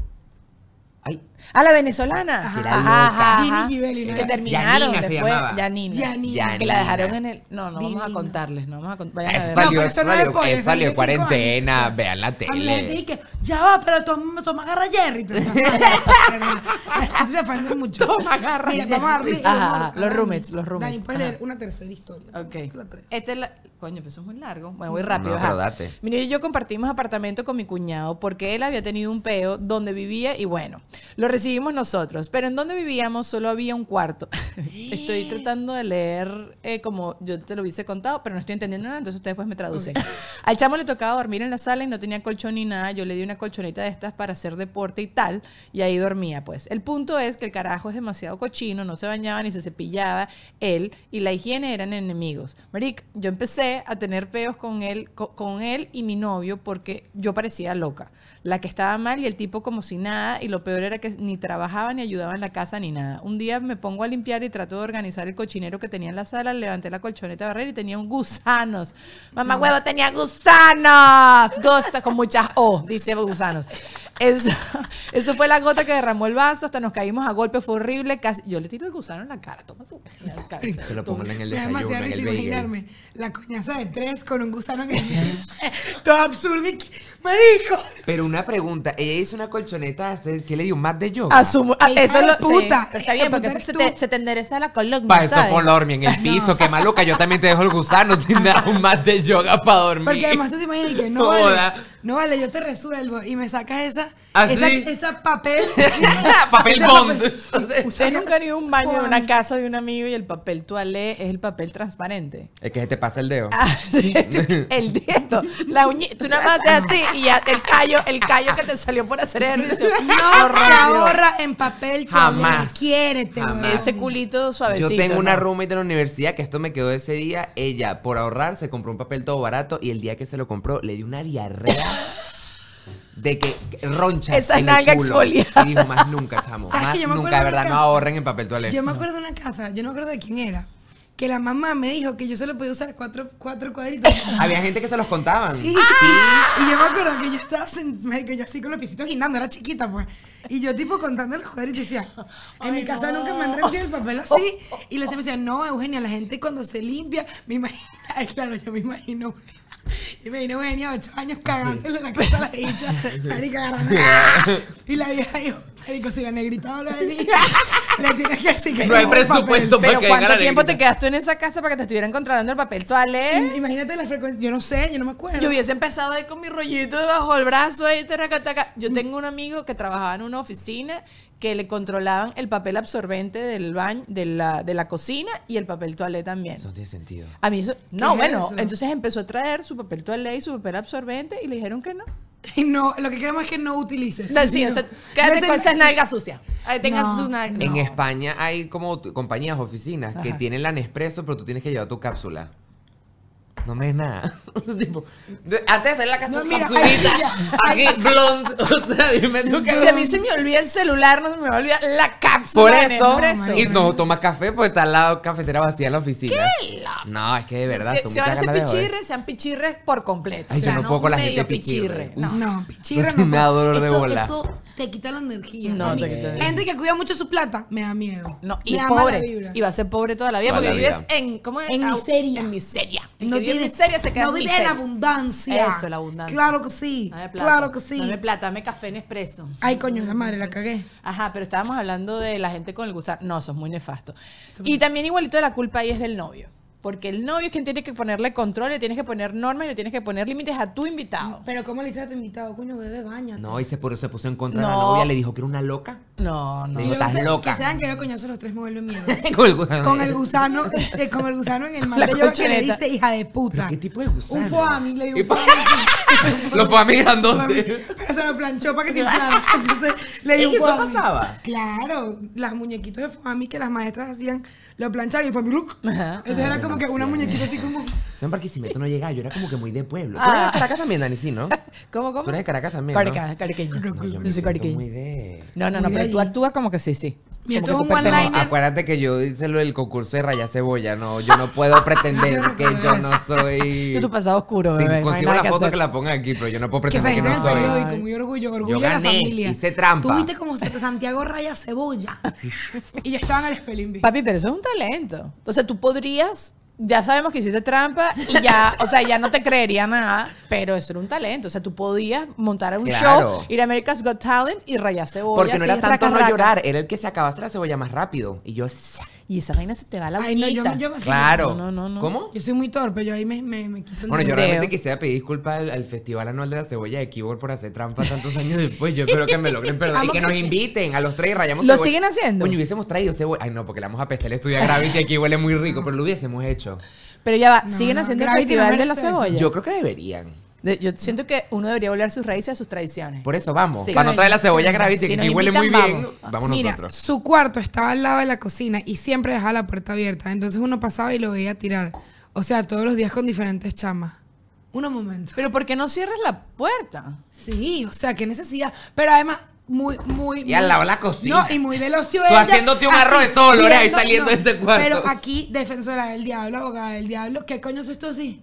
Speaker 2: Ay,
Speaker 3: Ah, la venezolana.
Speaker 2: Ajá. Que era loca.
Speaker 1: Ginny Gibelli, ¿no?
Speaker 3: Que
Speaker 1: Era-
Speaker 3: terminaron
Speaker 2: Yanina se
Speaker 3: después.
Speaker 2: llamaba.
Speaker 3: Yanina.
Speaker 1: Yanina.
Speaker 3: Que la dejaron en el. No, no vamos a
Speaker 1: Divina.
Speaker 3: contarles. No vamos a cont- vayan a
Speaker 2: eso
Speaker 3: ver.
Speaker 2: salió,
Speaker 1: pero
Speaker 2: eso
Speaker 1: eso no es
Speaker 2: salió,
Speaker 1: pollo,
Speaker 2: eso
Speaker 1: eso
Speaker 2: salió en
Speaker 1: es de cinco
Speaker 2: cuarentena.
Speaker 1: años.
Speaker 2: Vean la
Speaker 1: A mí
Speaker 2: tele.
Speaker 1: me dije que ya va, pero toma, toma agarra Jerry. Tú sabes, la gente se parece mucho. Toma agarra Mira,
Speaker 3: Jerry.
Speaker 1: vamos a darle-
Speaker 3: Ajá,
Speaker 1: vamos a-
Speaker 3: ajá, los
Speaker 1: Dani,
Speaker 3: roommates, los roommates,
Speaker 1: Dani, puedes
Speaker 3: ajá.
Speaker 1: leer una tercera historia.
Speaker 3: Ok.
Speaker 1: Es la tres.
Speaker 3: Este es la... Coño, pero eso es muy largo. Bueno, voy rápido.
Speaker 2: No,
Speaker 3: ajá.
Speaker 2: pero date.
Speaker 3: Mira, yo y yo compartimos apartamento con mi cuñado porque él había tenido un peo donde vivía y bueno, lo recibimos nosotros. Pero en donde vivíamos solo había un cuarto. estoy tratando de leer eh, como yo te lo hubiese contado, pues pero no estoy entendiendo nada, entonces ustedes después me traducen. Al chamo le tocaba dormir en la sala y no tenía colchón ni nada. Yo le di una una colchoneta de estas para hacer deporte y tal, y ahí dormía, pues. El punto es que el carajo es demasiado cochino, no se bañaba ni se cepillaba, él y la higiene eran enemigos. Maric, yo empecé a tener peos con él, co- con él y mi novio porque yo parecía loca, la que estaba mal y el tipo como si nada, y lo peor era que ni trabajaba ni ayudaba en la casa ni nada. Un día me pongo a limpiar y trato de organizar el cochinero que tenía en la sala, levanté la colchoneta de barrera y tenía un gusanos. Mamá huevo tenía gusanos, Gusta- con muchas O, dice gusanos. Eso, eso fue la gota que derramó el vaso, hasta nos caímos a golpe, fue horrible, casi yo le tiro el gusano en la cara, toma tú. en la cabeza.
Speaker 2: Se lo pongo en el
Speaker 1: Me da
Speaker 2: desayuno,
Speaker 1: demasiado
Speaker 2: en
Speaker 1: risa
Speaker 2: el bagel.
Speaker 1: imaginarme la coñaza de tres con un gusano que todo absurdo y que- marico.
Speaker 2: Pero una pregunta, ella hizo una colchoneta, ¿se- ¿qué le dio? ¿Más de yoga?
Speaker 3: Asumo, ah,
Speaker 1: Hija
Speaker 3: eso
Speaker 1: de
Speaker 3: lo
Speaker 1: puta,
Speaker 3: sí,
Speaker 1: hija
Speaker 3: pero está
Speaker 1: de
Speaker 3: bien, porque
Speaker 1: puta
Speaker 3: eso se
Speaker 1: eres
Speaker 3: te,
Speaker 1: tú.
Speaker 3: se te endereza la columna.
Speaker 2: Para eso
Speaker 3: ¿sabes?
Speaker 2: por dormir en el piso, qué maluca. Yo también te dejo el gusano sin dar un mat de yoga para dormir.
Speaker 1: Porque además tú te imaginas que no
Speaker 2: Joda.
Speaker 1: vale, no vale, yo te resuelvo y me sacas esa,
Speaker 2: ¿Así?
Speaker 1: esa, esa papel.
Speaker 2: Papel
Speaker 1: Ese
Speaker 2: bond.
Speaker 3: Ustedes nunca han ido a un baño en
Speaker 1: Ay.
Speaker 3: una casa de un amigo y el papel toalé es el papel transparente.
Speaker 2: Es que se te pasa el dedo.
Speaker 3: Ah, sí, tú- el dedo, la uñita, tú nada más haces así y ya el callo, el callo que te salió por hacer ejercicio.
Speaker 1: No se
Speaker 3: Horroroso.
Speaker 1: ahorra en papel
Speaker 2: Jamás.
Speaker 1: toalé. Quiérete,
Speaker 2: Jamás.
Speaker 1: weón.
Speaker 3: Ese culito
Speaker 2: Yo
Speaker 3: suavecito.
Speaker 2: tengo una
Speaker 3: ¿no?
Speaker 2: roommate de la universidad que esto me quedó ese día. Ella, por ahorrar, se compró un papel todo barato y el día que se lo compró le dio una diarrea de que que ronchas
Speaker 3: Esa
Speaker 2: en
Speaker 3: nalga
Speaker 2: el culo.
Speaker 3: exfoliada.
Speaker 2: Y dijo, más nunca, chamo.
Speaker 1: ¿Sabes que
Speaker 2: Más
Speaker 1: yo me
Speaker 2: nunca,
Speaker 1: acuerdo de
Speaker 2: de
Speaker 1: una
Speaker 2: verdad, no
Speaker 1: casa?
Speaker 2: ahorren en papel toalé.
Speaker 1: Yo me acuerdo de una casa, yo no me acuerdo de quién era, que la mamá me dijo que yo solo podía usar cuatro, cuatro cuadritos.
Speaker 2: Había gente que se los contaban.
Speaker 1: Y,
Speaker 2: ¡Ah!
Speaker 1: y yo me acuerdo que yo estaba sen- marico, yo así con los pisitos guindando, era chiquita pues. Y yo tipo contando los cuadros y yo decía, en mi casa nunca me han rendido el papel así. Y la gente me decía, no, Eugenia, la gente cuando se limpia, me imagino, ay, claro, yo me imagino, yo me imagino a Eugenia de 8 años cagándole la casa a la dicha, marica agarrando, ¡ah! Y la vieja dijo, marico, si la negrita habla de mí, le tienes que decir que
Speaker 2: No hay
Speaker 1: tengo un papel".
Speaker 2: presupuesto para
Speaker 3: Pero
Speaker 2: que
Speaker 3: ¿cuánto
Speaker 2: venga la
Speaker 3: tiempo te
Speaker 2: negrita.
Speaker 3: quedaste en esa casa para que te estuvieran controlando el papel toalé?
Speaker 1: Y- Imagínate la frecuencia, yo no sé, yo no me acuerdo.
Speaker 3: Yo hubiese empezado ahí con mi rollito debajo del brazo, ahí, taraca, taca. Yo tengo un amigo que trabajaba en una oficina que le controlaban el papel absorbente del baño, de la, de la cocina y el papel toalé también.
Speaker 2: Eso no tiene sentido.
Speaker 3: A mí eso, no,
Speaker 1: es
Speaker 3: bueno,
Speaker 1: eso?
Speaker 3: entonces empezó a traer su papel toalé y su papel absorbente y le dijeron que no.
Speaker 1: Y no, lo que queremos es que no utilices.
Speaker 3: No, sí, o sea, quédate
Speaker 1: No
Speaker 3: con
Speaker 1: se-
Speaker 3: esas nalgas sucias. Ahí tengas
Speaker 1: No.
Speaker 3: su nalga.
Speaker 2: En
Speaker 3: No.
Speaker 2: España hay como t- compañías, oficinas que tienen la Nespresso, pero tú tienes que llevar tu cápsula. No me es nada. Tipo, de- antes de hacer la cápsula,
Speaker 1: No, mira,
Speaker 2: capsulita,
Speaker 1: ahí
Speaker 2: aquí, blonde. O sea, dime tú
Speaker 3: Si a
Speaker 2: que...
Speaker 3: mí se me olvida el celular, no se me va a olvidar la cápsula.
Speaker 2: Por
Speaker 3: de
Speaker 2: eso,
Speaker 3: Nespresso.
Speaker 2: y no tomas café porque está la cafetera vacía en la oficina. No, es que de verdad
Speaker 3: Si,
Speaker 2: son
Speaker 3: si van a
Speaker 2: muchas
Speaker 3: ser
Speaker 2: ganas de joder.
Speaker 3: pichirres, sean pichirres por completo.
Speaker 2: Ay,
Speaker 3: o sea,
Speaker 2: yo no
Speaker 3: no
Speaker 2: puedo con la
Speaker 3: medio
Speaker 2: gente pichirre.
Speaker 3: pichirre. No.
Speaker 1: No, pichirra
Speaker 2: Me da dolor de
Speaker 1: Eso-
Speaker 2: bola.
Speaker 1: Eso te quita la energía.
Speaker 3: No,
Speaker 1: A mí,
Speaker 3: te quita la-
Speaker 1: Gente que cuida mucho su plata, me da miedo.
Speaker 3: No, y
Speaker 1: Me da mala
Speaker 3: pobre.
Speaker 1: vibra.
Speaker 3: Y va a ser pobre toda la vida
Speaker 2: Toda
Speaker 3: porque
Speaker 2: la
Speaker 3: vives
Speaker 2: vida.
Speaker 3: en ¿cómo es?
Speaker 1: En
Speaker 3: Ah,
Speaker 1: miseria.
Speaker 3: En miseria. El
Speaker 1: no
Speaker 3: que vive
Speaker 1: tiene
Speaker 3: en miseria se queda
Speaker 1: No
Speaker 3: en
Speaker 1: vive
Speaker 3: miseria.
Speaker 1: en abundancia.
Speaker 3: Eso, la abundancia.
Speaker 1: Claro que sí.
Speaker 3: Dame plata.
Speaker 1: Claro que sí.
Speaker 3: Dame plata, dame café en expreso.
Speaker 1: Ay, coño, la madre, la cagué.
Speaker 3: Ajá, pero estábamos hablando de la gente con el gusano. No, eso es muy nefasto. Y también igualito de la culpa ahí es del novio. Porque el novio es quien tiene que ponerle control, le tienes que poner normas y le tienes que poner límites a tu invitado.
Speaker 1: Pero ¿cómo le hiciste a tu invitado? Coño, bebé, baña.
Speaker 2: No, y se, por eso se puso en contra de la
Speaker 3: No.
Speaker 2: novia, le dijo que era una loca.
Speaker 3: No, no.
Speaker 2: Le digo, estás loca.
Speaker 1: Que sean que yo coñazo los tres me vuelve miedo.
Speaker 2: Con el gusano.
Speaker 1: Con el gusano, eh, con el gusano en el mal
Speaker 3: la
Speaker 1: de yoga que le
Speaker 3: colchoneta.
Speaker 1: diste, hija de puta.
Speaker 2: ¿Pero qué tipo de gusano?
Speaker 1: Un foami, le digo
Speaker 2: ¿Qué
Speaker 1: un
Speaker 2: pa-
Speaker 1: foami.
Speaker 2: Lo fue a mí grandote.
Speaker 1: Pero se lo planchó para que se inflara. Entonces le
Speaker 2: ¿Y
Speaker 1: dio un
Speaker 2: eso
Speaker 1: foamy.
Speaker 2: pasaba?
Speaker 1: Claro, las muñequitos de foamy que las maestras hacían, lo planchaban y fue mi look.
Speaker 3: Ajá.
Speaker 1: Entonces era
Speaker 2: Ah,
Speaker 1: como que una muñequita así como.
Speaker 2: Son Barquisimeto no llegaba, yo era como que muy de pueblo. Tú
Speaker 3: Ah.
Speaker 2: eres de Caracas también, Dani, sí, ¿no?
Speaker 3: ¿Cómo, cómo?
Speaker 2: Tú eres de Caracas también, ¿no?
Speaker 3: Carica, cariqueña.
Speaker 2: No, yo me
Speaker 3: soy
Speaker 2: siento
Speaker 3: cariqueña.
Speaker 2: muy de...
Speaker 3: No, no, no,
Speaker 1: Muy
Speaker 3: pero tú
Speaker 1: allí.
Speaker 3: actúas como que sí, sí.
Speaker 1: Mira, esto
Speaker 3: Como que
Speaker 1: es un
Speaker 3: tú perteneces.
Speaker 2: No,
Speaker 1: one-liner.
Speaker 2: acuérdate que yo hice lo del concurso de raya cebolla, no, yo no puedo pretender
Speaker 1: Yo no
Speaker 2: que
Speaker 1: puedo
Speaker 2: yo
Speaker 1: eso.
Speaker 2: no soy...
Speaker 3: Este es tu pasado oscuro,
Speaker 2: Si
Speaker 3: bebé. no hay
Speaker 2: consigo
Speaker 3: nada
Speaker 2: la foto
Speaker 3: hacer.
Speaker 2: que la ponga aquí, pero yo no puedo
Speaker 1: Que
Speaker 2: pretender
Speaker 1: se
Speaker 2: que,
Speaker 1: en
Speaker 2: no
Speaker 1: el
Speaker 2: soy...
Speaker 1: periódico, muy orgullo, orgullo de la
Speaker 2: gané,
Speaker 1: familia.
Speaker 2: hice trampa.
Speaker 1: Tuviste como se- Santiago Raya Cebolla. y yo estaba en el Spelling Bee.
Speaker 3: Papi, pero eso es un talento. Entonces tú podrías, ya sabemos que hiciste trampa y ya, o sea, ya no te creería nada, pero eso era un talento. O sea, tú podías montar un
Speaker 2: Claro.
Speaker 3: show, ir a America's Got Talent y rayar cebolla.
Speaker 2: Porque no
Speaker 3: así,
Speaker 2: era tanto
Speaker 3: raca,
Speaker 2: no
Speaker 3: raca.
Speaker 2: llorar, era el que se acabase la cebolla más rápido. Y yo...
Speaker 3: Y esa vaina se te va a la
Speaker 1: Ay, no, yo,
Speaker 3: uñita.
Speaker 1: yo me fui.
Speaker 2: Claro.
Speaker 3: No, no, no.
Speaker 2: ¿Cómo?
Speaker 1: Yo soy muy torpe, yo ahí me, me, me quito el
Speaker 2: Bueno, yo
Speaker 3: Video.
Speaker 2: realmente quisiera pedir disculpas al, al Festival Anual de la Cebolla de Keyboard por hacer trampa tantos años después. Yo espero que me logren perdonar y
Speaker 1: Amo
Speaker 2: que
Speaker 1: que-
Speaker 2: nos inviten a los tres y rayamos
Speaker 3: ¿Lo siguen haciendo?
Speaker 2: Coño, hubiésemos traído cebolla. Ay, no, porque la vamos a pestar el estudio a Gravity aquí huele muy rico, pero lo hubiésemos hecho.
Speaker 3: Pero ya va,
Speaker 1: No,
Speaker 3: siguen
Speaker 1: no,
Speaker 3: haciendo el
Speaker 1: Gravity no
Speaker 3: festival de la
Speaker 1: merece eso.
Speaker 3: cebolla.
Speaker 2: Yo creo que deberían.
Speaker 3: De- yo siento que uno debería volver sus raíces a sus tradiciones.
Speaker 2: Por eso vamos.
Speaker 3: Sí.
Speaker 2: Cuando trae la cebolla gravity,
Speaker 3: Si
Speaker 2: que
Speaker 3: nos
Speaker 2: aquí huele muy
Speaker 3: invitan,
Speaker 2: bien,
Speaker 3: vamos.
Speaker 2: vamos
Speaker 1: Mira,
Speaker 2: nosotros.
Speaker 1: su cuarto estaba al lado de la cocina y siempre dejaba la puerta abierta. Entonces uno pasaba y lo veía tirar. O sea, todos los días con diferentes chamas. Uno momento.
Speaker 3: Pero ¿por qué no cierras la puerta?
Speaker 1: Sí, o sea, qué necesidad. Pero además, muy, muy.
Speaker 2: Y al
Speaker 1: muy-
Speaker 2: lado de la cocina.
Speaker 1: No, y muy del ocio.
Speaker 2: Tú
Speaker 1: ella,
Speaker 2: haciéndote un arroz de sol, Lore, ahí saliendo de ese cuarto.
Speaker 1: Pero aquí, defensora del diablo, abogada del diablo, ¿qué coño es esto así?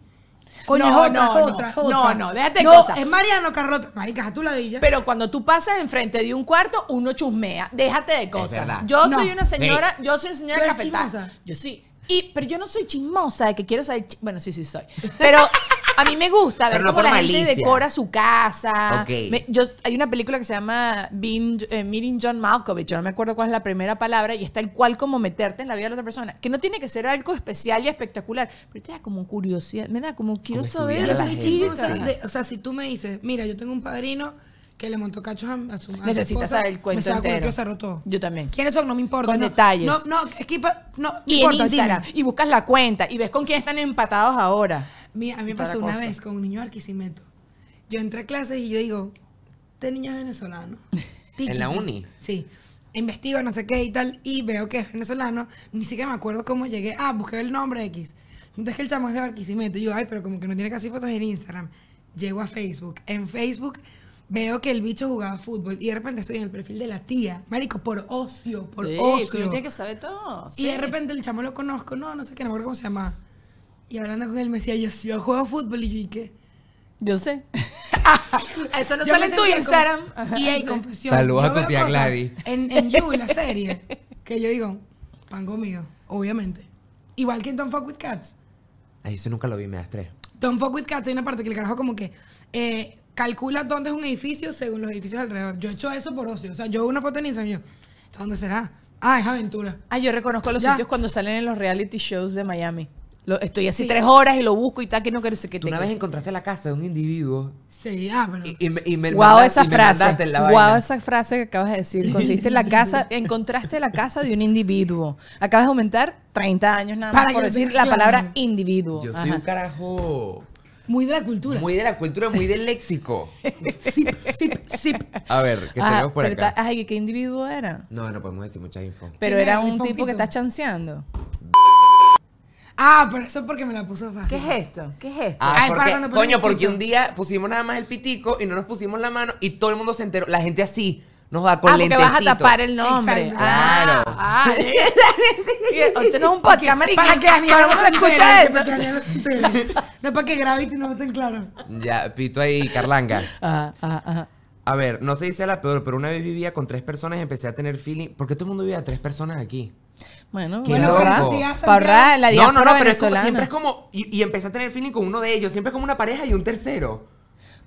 Speaker 1: Coño,
Speaker 3: No,
Speaker 1: es otra,
Speaker 3: no,
Speaker 1: es
Speaker 3: no.
Speaker 1: otra, es
Speaker 3: No,
Speaker 1: otra.
Speaker 3: no, déjate de
Speaker 1: No,
Speaker 3: cosas.
Speaker 1: es Mariano Carrota. Marica, a tu ladilla.
Speaker 3: Pero cuando tú pasas enfrente de un cuarto, uno chusmea. Déjate de cosas.
Speaker 2: verdad.
Speaker 3: Yo
Speaker 1: No.
Speaker 3: soy una señora, yo soy una señora
Speaker 1: Tú eres
Speaker 3: cafetal.
Speaker 1: chismosa.
Speaker 3: Yo sí. Y, pero yo no soy chismosa de que quiero saber. chi- Bueno, sí, sí soy. Pero a mí me gusta ver
Speaker 2: Pero no por
Speaker 3: cómo la gente
Speaker 2: malicia.
Speaker 3: decora su casa.
Speaker 2: Ok.
Speaker 3: Me- yo, hay una película que se llama Being- eh, Meeting John Malkovich. Yo no me acuerdo cuál es la primera palabra. Y está el cual como meterte en la vida de la otra persona. Que no tiene que ser algo especial y espectacular. Pero te da como curiosidad. Me da como quiero
Speaker 2: Como
Speaker 3: saber.
Speaker 2: estudiar a
Speaker 1: yo
Speaker 2: la
Speaker 1: soy
Speaker 2: gente,
Speaker 1: chismosa.
Speaker 2: sí.
Speaker 1: de- o sea, si tú me dices, mira, yo tengo un padrino que le montó cachos a, a su a su
Speaker 3: Necesitas
Speaker 1: esposa,
Speaker 3: saber el cuento
Speaker 1: me sabe
Speaker 3: entero.
Speaker 1: cualquier cerro todo.
Speaker 3: Yo también.
Speaker 1: ¿Quiénes son? No me importa.
Speaker 3: Con
Speaker 1: no,
Speaker 3: detalles.
Speaker 1: No, no, equipa, no, no
Speaker 3: y
Speaker 1: importa,
Speaker 3: en
Speaker 1: dime.
Speaker 3: Instagram y buscas la cuenta y ves con quién están empatados ahora.
Speaker 1: Mira, a mí me
Speaker 3: Toda la
Speaker 1: pasó una
Speaker 3: cosa.
Speaker 1: vez con un niño de Barquisimeto. Yo entré a clases y yo digo, este niño es venezolano. Tiki,
Speaker 2: ¿En la
Speaker 1: tiki.
Speaker 2: uni?
Speaker 1: Sí. Investigo, no sé qué y tal, y veo que es venezolano. Ni siquiera me acuerdo cómo llegué. Ah, busqué el nombre X. Entonces que el chamo es de Barquisimeto. Y yo, ay, pero como que no tiene casi fotos en Instagram. Llego a Facebook. En Facebook veo que el bicho jugaba fútbol. Y de repente estoy en el perfil de la tía. Marico, por ocio, por
Speaker 3: Sí,
Speaker 1: ocio.
Speaker 3: uno tiene que saber todo.
Speaker 1: Y
Speaker 3: sí.
Speaker 1: de repente el chamo lo conozco, no, no sé qué, no me acuerdo cómo se llama. Y hablando con él me decía, yo sí, yo juego fútbol y yo, ¿y qué?
Speaker 3: Yo sé. Eso no
Speaker 1: Yo
Speaker 3: sale
Speaker 1: me
Speaker 3: en tu
Speaker 1: sentía
Speaker 3: Instagram.
Speaker 1: como-
Speaker 3: Ajá.
Speaker 1: Y hay confesión.
Speaker 2: Saludos
Speaker 1: Yo
Speaker 2: a tu
Speaker 1: veo
Speaker 2: tía
Speaker 1: cosas
Speaker 2: Gladys.
Speaker 1: En, en You, la serie, que yo digo, pan conmigo, obviamente. Igual que en Don't Fuck With Cats.
Speaker 2: Ahí eso nunca lo vi, me das tres.
Speaker 1: Don't Fuck With Cats hay una parte que el carajo como que eh, calcula dónde es un edificio según los edificios alrededor. Yo he hecho eso por ocio. O sea, yo veo una foto en Instagram y yo, ¿esto ¿dónde será? Ah, es aventura.
Speaker 3: Ah, yo reconozco los
Speaker 1: Ya.
Speaker 3: sitios cuando salen en los reality shows de Miami. Lo- estoy así
Speaker 1: Sí.
Speaker 3: tres horas y lo busco y tal, que no quiero sé qué
Speaker 2: Tú una vez encontraste la casa de un individuo
Speaker 1: Sí, ah, pero...
Speaker 2: y, y me- y me
Speaker 3: Guau,
Speaker 2: mandaste-
Speaker 3: esa
Speaker 2: y me mandaste
Speaker 3: frase.
Speaker 2: la
Speaker 3: Guau,
Speaker 2: vaina.
Speaker 3: esa frase que acabas de decir. Conseguiste la casa, encontraste la casa de un individuo. Acabas de aumentar 30 años nada más
Speaker 1: Para que
Speaker 3: por
Speaker 1: lo
Speaker 3: decir la
Speaker 1: tengas claro.
Speaker 3: palabra individuo.
Speaker 2: Yo soy
Speaker 3: Ajá.
Speaker 2: un carajo
Speaker 1: Muy de la cultura.
Speaker 2: muy de la cultura, muy del léxico.
Speaker 1: Zip, zip, zip.
Speaker 2: A ver, ¿qué
Speaker 3: Ajá,
Speaker 2: tenemos por
Speaker 3: pero
Speaker 2: acá?
Speaker 3: ta- Ay, ¿qué individuo era?
Speaker 2: No, no podemos decir mucha info.
Speaker 3: Pero
Speaker 1: ¿Quién
Speaker 3: era
Speaker 1: era el
Speaker 3: un tipo que
Speaker 1: pompito?
Speaker 3: está chanceando.
Speaker 1: Ah, pero eso es porque me la puso fácil.
Speaker 3: ¿Qué es esto? ¿Qué es esto?
Speaker 2: Ah,
Speaker 1: Ay, para
Speaker 2: porque,
Speaker 1: cuando ponen
Speaker 2: coño,
Speaker 1: el
Speaker 2: porque
Speaker 1: pito.
Speaker 2: un día pusimos nada más el pitico y no nos pusimos la mano y todo el mundo se enteró. La gente así nos va con
Speaker 3: ah, porque
Speaker 2: lentecito.
Speaker 3: vas a tapar el nombre.
Speaker 1: Exacto.
Speaker 3: Ah,
Speaker 2: Claro.
Speaker 3: ah, y- Esto no es un podcast, marica.
Speaker 1: Para que Daniel
Speaker 3: Vamos
Speaker 1: no
Speaker 3: a
Speaker 1: se
Speaker 3: escuchar
Speaker 1: entere, para que
Speaker 3: esto.
Speaker 1: Daniel no se entere. No es para que Gravity no esté en claro.
Speaker 2: Ya, pito ahí, Carlanga.
Speaker 3: Ajá, ajá, ajá.
Speaker 2: A ver, no se dice la peor, pero una vez vivía con tres personas y empecé a tener feeling. ¿Porque todo el mundo vivía tres personas aquí?
Speaker 3: Bueno,
Speaker 2: Qué
Speaker 3: para
Speaker 2: loco.
Speaker 3: ahorrar,
Speaker 2: Sí,
Speaker 1: a
Speaker 3: para ahorrar en la
Speaker 2: no, no, no,
Speaker 3: diáspora
Speaker 2: pero es como-
Speaker 3: venezolana.
Speaker 2: siempre es como. Y, y empecé a tener feeling con uno de ellos. Siempre es como una pareja y un tercero.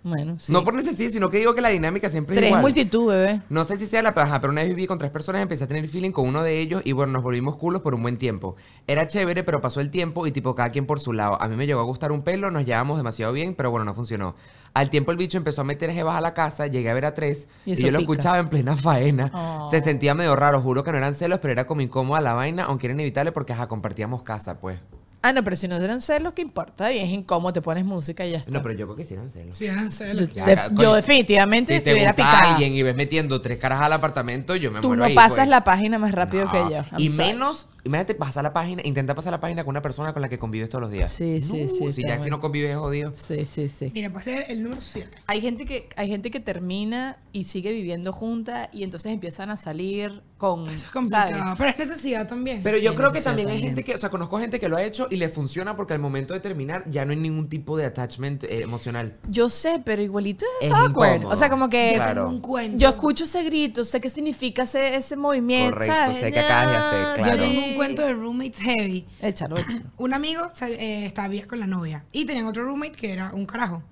Speaker 3: Bueno, sí.
Speaker 2: No por necesidad, sino que digo que la dinámica siempre es
Speaker 3: Tres
Speaker 2: igual.
Speaker 3: multitud, bebé.
Speaker 2: No sé si sea la paja, pero una vez viví con tres personas, empecé a tener feeling con uno de ellos y bueno, nos volvimos culos por un buen tiempo. Era chévere, pero pasó el tiempo y tipo cada quien por su lado. A mí me llegó a gustar un pelo, nos llevábamos demasiado bien, pero bueno, no funcionó. Al tiempo el bicho empezó a meter jebas a la casa, llegué a ver a tres
Speaker 3: Y
Speaker 2: y,
Speaker 3: eso
Speaker 2: yo lo
Speaker 3: pica.
Speaker 2: escuchaba en plena faena.
Speaker 3: Oh.
Speaker 2: Se sentía medio raro, juro que no eran celos, pero era como incómoda la vaina, aunque era inevitable porque ajá, compartíamos casa, pues.
Speaker 3: Ah, no, pero si no eran celos, ¿qué importa? Y es en cómo te pones música y ya está.
Speaker 2: No, pero yo creo que sí eran celos.
Speaker 1: Sí, eran
Speaker 3: yo,
Speaker 1: celos.
Speaker 2: Ya,
Speaker 3: def-
Speaker 2: coño.
Speaker 3: yo definitivamente
Speaker 2: Si te
Speaker 3: estuviera
Speaker 2: gusta
Speaker 3: picada.
Speaker 2: alguien y ves metiendo tres caras al apartamento, yo me
Speaker 3: Tú
Speaker 2: muero
Speaker 3: no
Speaker 2: ahí,
Speaker 3: pasas
Speaker 2: pues.
Speaker 3: la página más rápido
Speaker 2: No,
Speaker 3: que yo. I'm
Speaker 2: Y
Speaker 3: sorry.
Speaker 2: menos, imagínate pasar la página, intentar pasar la página con una persona con la que convives todos los días.
Speaker 3: Sí, sí,
Speaker 2: No,
Speaker 3: sí,
Speaker 2: Si
Speaker 3: está
Speaker 2: ya si
Speaker 3: bueno.
Speaker 2: no convives, jodido.
Speaker 3: Sí, sí, sí.
Speaker 1: Mira, pues leer el número 7.
Speaker 3: Hay gente que hay gente que termina y sigue viviendo junta y entonces empiezan a salir con
Speaker 1: Eso es complicado.
Speaker 3: ¿sabes?
Speaker 1: Pero es necesidad también.
Speaker 2: Pero yo
Speaker 3: Sí,
Speaker 2: creo
Speaker 3: no
Speaker 2: que
Speaker 3: sé,
Speaker 2: también hay
Speaker 3: también.
Speaker 2: gente que, o sea, conozco gente que lo ha hecho y le funciona porque al momento de terminar ya no hay ningún tipo de attachment eh, emocional.
Speaker 3: Yo sé, pero igualito es,
Speaker 2: Es
Speaker 3: awkward.
Speaker 2: incómodo.
Speaker 3: O sea, como que
Speaker 2: Claro.
Speaker 1: Un cuento.
Speaker 3: yo escucho ese grito, sé qué significa ese, ese movimiento.
Speaker 2: Correcto,
Speaker 3: ¿sabes?
Speaker 2: sé qué acabas de hacer,
Speaker 3: Ah,
Speaker 1: Yo
Speaker 2: claro.
Speaker 1: tengo un cuento de roommates heavy.
Speaker 3: Échalo.
Speaker 1: Un amigo se- eh, estaba vivía con la novia y tenían otro roommate que era un carajo.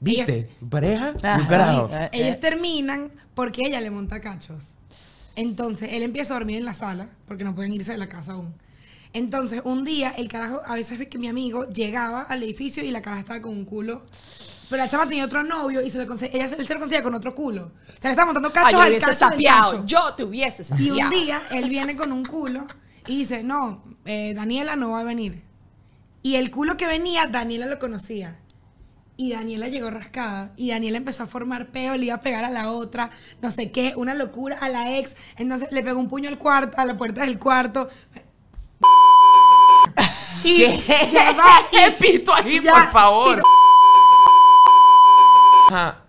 Speaker 2: ¿Viste? ¿Pareja?
Speaker 3: Ah,
Speaker 2: Un
Speaker 3: sí.
Speaker 2: carajo.
Speaker 3: Ah, eh.
Speaker 1: Ellos terminan porque ella le monta cachos. Entonces él empieza a dormir en la sala porque no pueden irse de la casa aún. Entonces un día el carajo, a veces ve que mi amigo llegaba al edificio y la cara estaba con un culo. Pero la chama tenía otro novio y se lo conse- ella se, él se lo conseguía con otro culo. Se le estaba montando
Speaker 3: Ah,
Speaker 1: cachos
Speaker 3: yo
Speaker 1: al
Speaker 3: hubiese
Speaker 1: cacho del
Speaker 3: sapeado.
Speaker 1: cacho.
Speaker 3: Yo te hubiese
Speaker 1: Y
Speaker 3: sapeado.
Speaker 1: un día él viene con un culo y dice, no, eh, Daniela no va a venir. Y el culo que venía, Daniela lo conocía. Y Daniela llegó rascada. Y Daniela empezó a formar peo, le iba a pegar a la otra, no sé qué, una locura a la ex. Entonces le pegó un puño al cuarto, a la puerta del cuarto. Y ya va, y-
Speaker 2: Pito ahí,
Speaker 1: Ya,
Speaker 2: por favor. Ajá.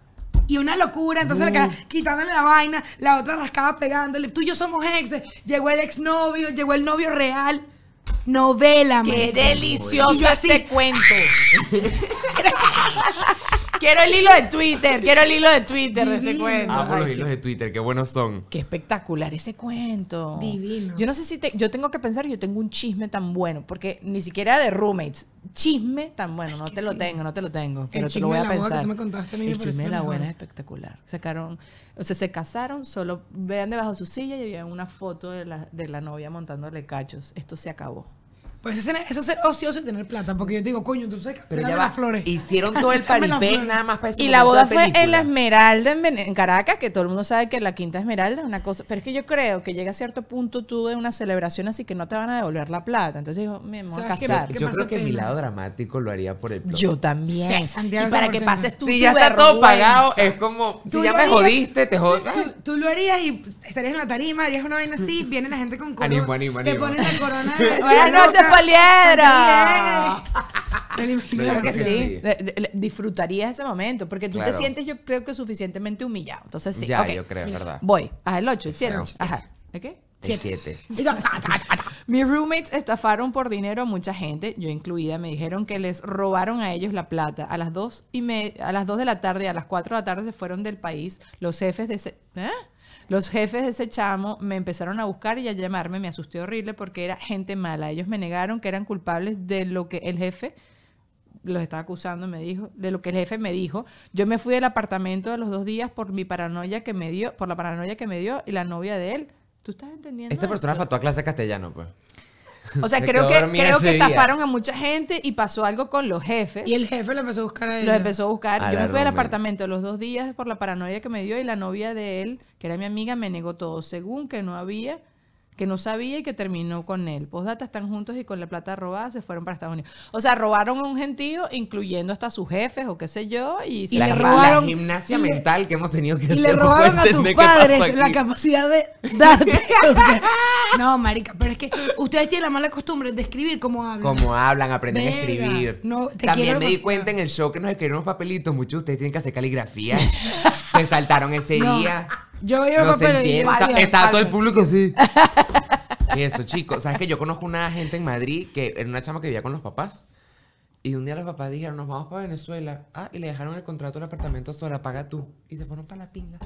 Speaker 1: Y una locura, entonces la cara quitándole la vaina, la otra rascaba pegándole. Tú y yo somos exes. Llegó el exnovio, llegó el novio real. Novela,
Speaker 3: Qué
Speaker 1: marico. Y
Speaker 3: delicioso
Speaker 1: yo así.
Speaker 3: este cuento. quiero el hilo de Twitter, quiero el hilo de Twitter de este
Speaker 1: Divino.
Speaker 3: cuento.
Speaker 2: Amo
Speaker 3: Ay,
Speaker 2: Ah, pues los
Speaker 3: qué-
Speaker 2: hilos de Twitter, qué buenos son.
Speaker 3: Qué espectacular ese cuento.
Speaker 1: Divino.
Speaker 3: Yo no sé si te- yo tengo que pensar, yo tengo un chisme tan bueno, porque ni siquiera de roommates. Chisme tan bueno, no te lo tengo, no te lo tengo, pero te
Speaker 1: chisme
Speaker 3: lo voy
Speaker 1: de
Speaker 3: a
Speaker 1: la boda que
Speaker 3: pensar.
Speaker 1: tú me contaste a mí me
Speaker 3: el chisme
Speaker 1: pareció
Speaker 3: de
Speaker 1: lo
Speaker 3: la buena
Speaker 1: mejor.
Speaker 3: es espectacular. Sacaron, o sea, se casaron, solo vean debajo de su silla y había una foto de la, de la novia montándole cachos. Esto se acabó.
Speaker 1: Pues eso es- eso es ser ocioso y tener plata, porque yo te digo, coño, tú sabes que
Speaker 2: va.
Speaker 1: las flores.
Speaker 2: Hicieron todo el
Speaker 1: Cancélame las
Speaker 2: paripé
Speaker 1: flores.
Speaker 2: nada más para ese
Speaker 3: Y la
Speaker 2: este momento de
Speaker 3: boda fue en la
Speaker 2: película.
Speaker 3: Esmeralda, en, Vene- en Caracas, que todo el mundo sabe que la Quinta Esmeralda es una cosa. Pero es que yo creo que llega a cierto punto tú de una celebración así que no te van a devolver la plata. Entonces dijo, me vamos a
Speaker 1: ¿Sabes qué?
Speaker 3: casar.
Speaker 1: ¿Qué
Speaker 2: Yo
Speaker 1: pasa,
Speaker 2: creo que mi
Speaker 1: Pedro?
Speaker 2: lado dramático lo haría por el plot.
Speaker 3: Yo también.
Speaker 1: Sí, Santiago,
Speaker 3: y para
Speaker 1: 100%.
Speaker 3: que pases tú
Speaker 2: si
Speaker 3: tu
Speaker 2: ya está todo
Speaker 3: vergüenza.
Speaker 2: pagado,
Speaker 1: eh.
Speaker 2: es como, si ya
Speaker 1: lo
Speaker 2: me
Speaker 1: harías-
Speaker 2: jodiste, te ah.
Speaker 1: sí,
Speaker 2: jodas.
Speaker 1: Tú, tú lo harías y pues, estarías en la tarima, harías una vaina así, viene la gente con corona.
Speaker 2: Animo, animo,
Speaker 1: Te
Speaker 2: animo.
Speaker 1: ponen la corona.
Speaker 3: Buenas noches, Poliedra. Claro
Speaker 2: Claro
Speaker 3: que
Speaker 2: que
Speaker 3: sí.
Speaker 2: sí.
Speaker 3: De- de- le- disfrutarías ese momento, porque tú te
Speaker 2: Claro.
Speaker 3: sientes, yo creo que suficientemente humillado. Entonces sí,
Speaker 2: ya,
Speaker 3: ok.
Speaker 2: yo creo, es verdad.
Speaker 3: Voy. Ajá, el 8, el 7.
Speaker 2: Claro.
Speaker 3: Ajá. ¿De qué?
Speaker 2: El 7.
Speaker 3: Mis roommates estafaron por dinero a mucha gente, yo incluida. Me dijeron que les robaron a ellos la plata. A las dos y me- a las dos de la tarde, a las 4 de la tarde se fueron del país. Los jefes de ese, ¿eh? los jefes de ese chamo me empezaron a buscar y a llamarme. Me asusté horrible porque era gente mala. Ellos me negaron que eran culpables de lo que el jefe los estaba acusando, me dijo, de lo que el jefe me dijo. Yo me fui del apartamento a los dos días por mi paranoia que me dio, por la paranoia que me dio y la novia de él. ¿Tú estás entendiendo?
Speaker 2: Esta persona
Speaker 3: esto?
Speaker 2: faltó a clase de castellano, pues.
Speaker 3: O sea,
Speaker 2: Me
Speaker 3: creo
Speaker 2: quedo
Speaker 3: que,
Speaker 2: dormida
Speaker 3: creo que
Speaker 2: ese día.
Speaker 3: estafaron a mucha gente y pasó algo con los jefes.
Speaker 1: Y el jefe lo empezó a buscar a él.
Speaker 3: Los empezó a buscar.
Speaker 2: A
Speaker 3: Yo
Speaker 2: la
Speaker 3: me fui al
Speaker 2: Rommel.
Speaker 3: apartamento los dos días por la paranoia que me dio y la novia de él, que era mi amiga, me negó todo, según que no había, que no sabía y que terminó con él. Postdata están juntos y con la plata robada se fueron para Estados Unidos. O sea, robaron a un gentío, incluyendo hasta sus jefes o qué sé yo, y,
Speaker 1: Y
Speaker 3: se
Speaker 1: le
Speaker 2: la,
Speaker 3: acabaron.
Speaker 1: robaron-
Speaker 2: la gimnasia
Speaker 1: y le-
Speaker 2: mental que hemos tenido
Speaker 1: Y
Speaker 2: que hacer.
Speaker 1: le
Speaker 2: no
Speaker 1: robaron
Speaker 2: puede
Speaker 1: a
Speaker 2: ser,
Speaker 1: tus
Speaker 2: ¿de qué pasó
Speaker 1: padres la
Speaker 2: aquí?
Speaker 1: capacidad de darte. no, marica, pero es que ustedes tienen la mala costumbre de escribir como hablan.
Speaker 2: Cómo hablan, aprenden a
Speaker 1: Verga,
Speaker 2: escribir.
Speaker 1: no, te
Speaker 2: También
Speaker 1: quiero
Speaker 2: me di
Speaker 1: demasiado.
Speaker 2: cuenta en el show que nos escribieron unos papelitos. Muchos de ustedes tienen que hacer caligrafía. se saltaron ese
Speaker 1: No,
Speaker 2: día.
Speaker 1: Yo veo
Speaker 2: No se
Speaker 1: papel y
Speaker 2: entiende.
Speaker 1: digo,
Speaker 2: Está,
Speaker 1: "Vale".
Speaker 2: está todo el público así. Eso, chicos. ¿Sabes que Yo conozco una gente en Madrid que era una chama que vivía con los papás. Y un día los papás dijeron, nos vamos para Venezuela. Ah, y le dejaron el contrato del apartamento sola, paga tú. Y se fueron para la pinga.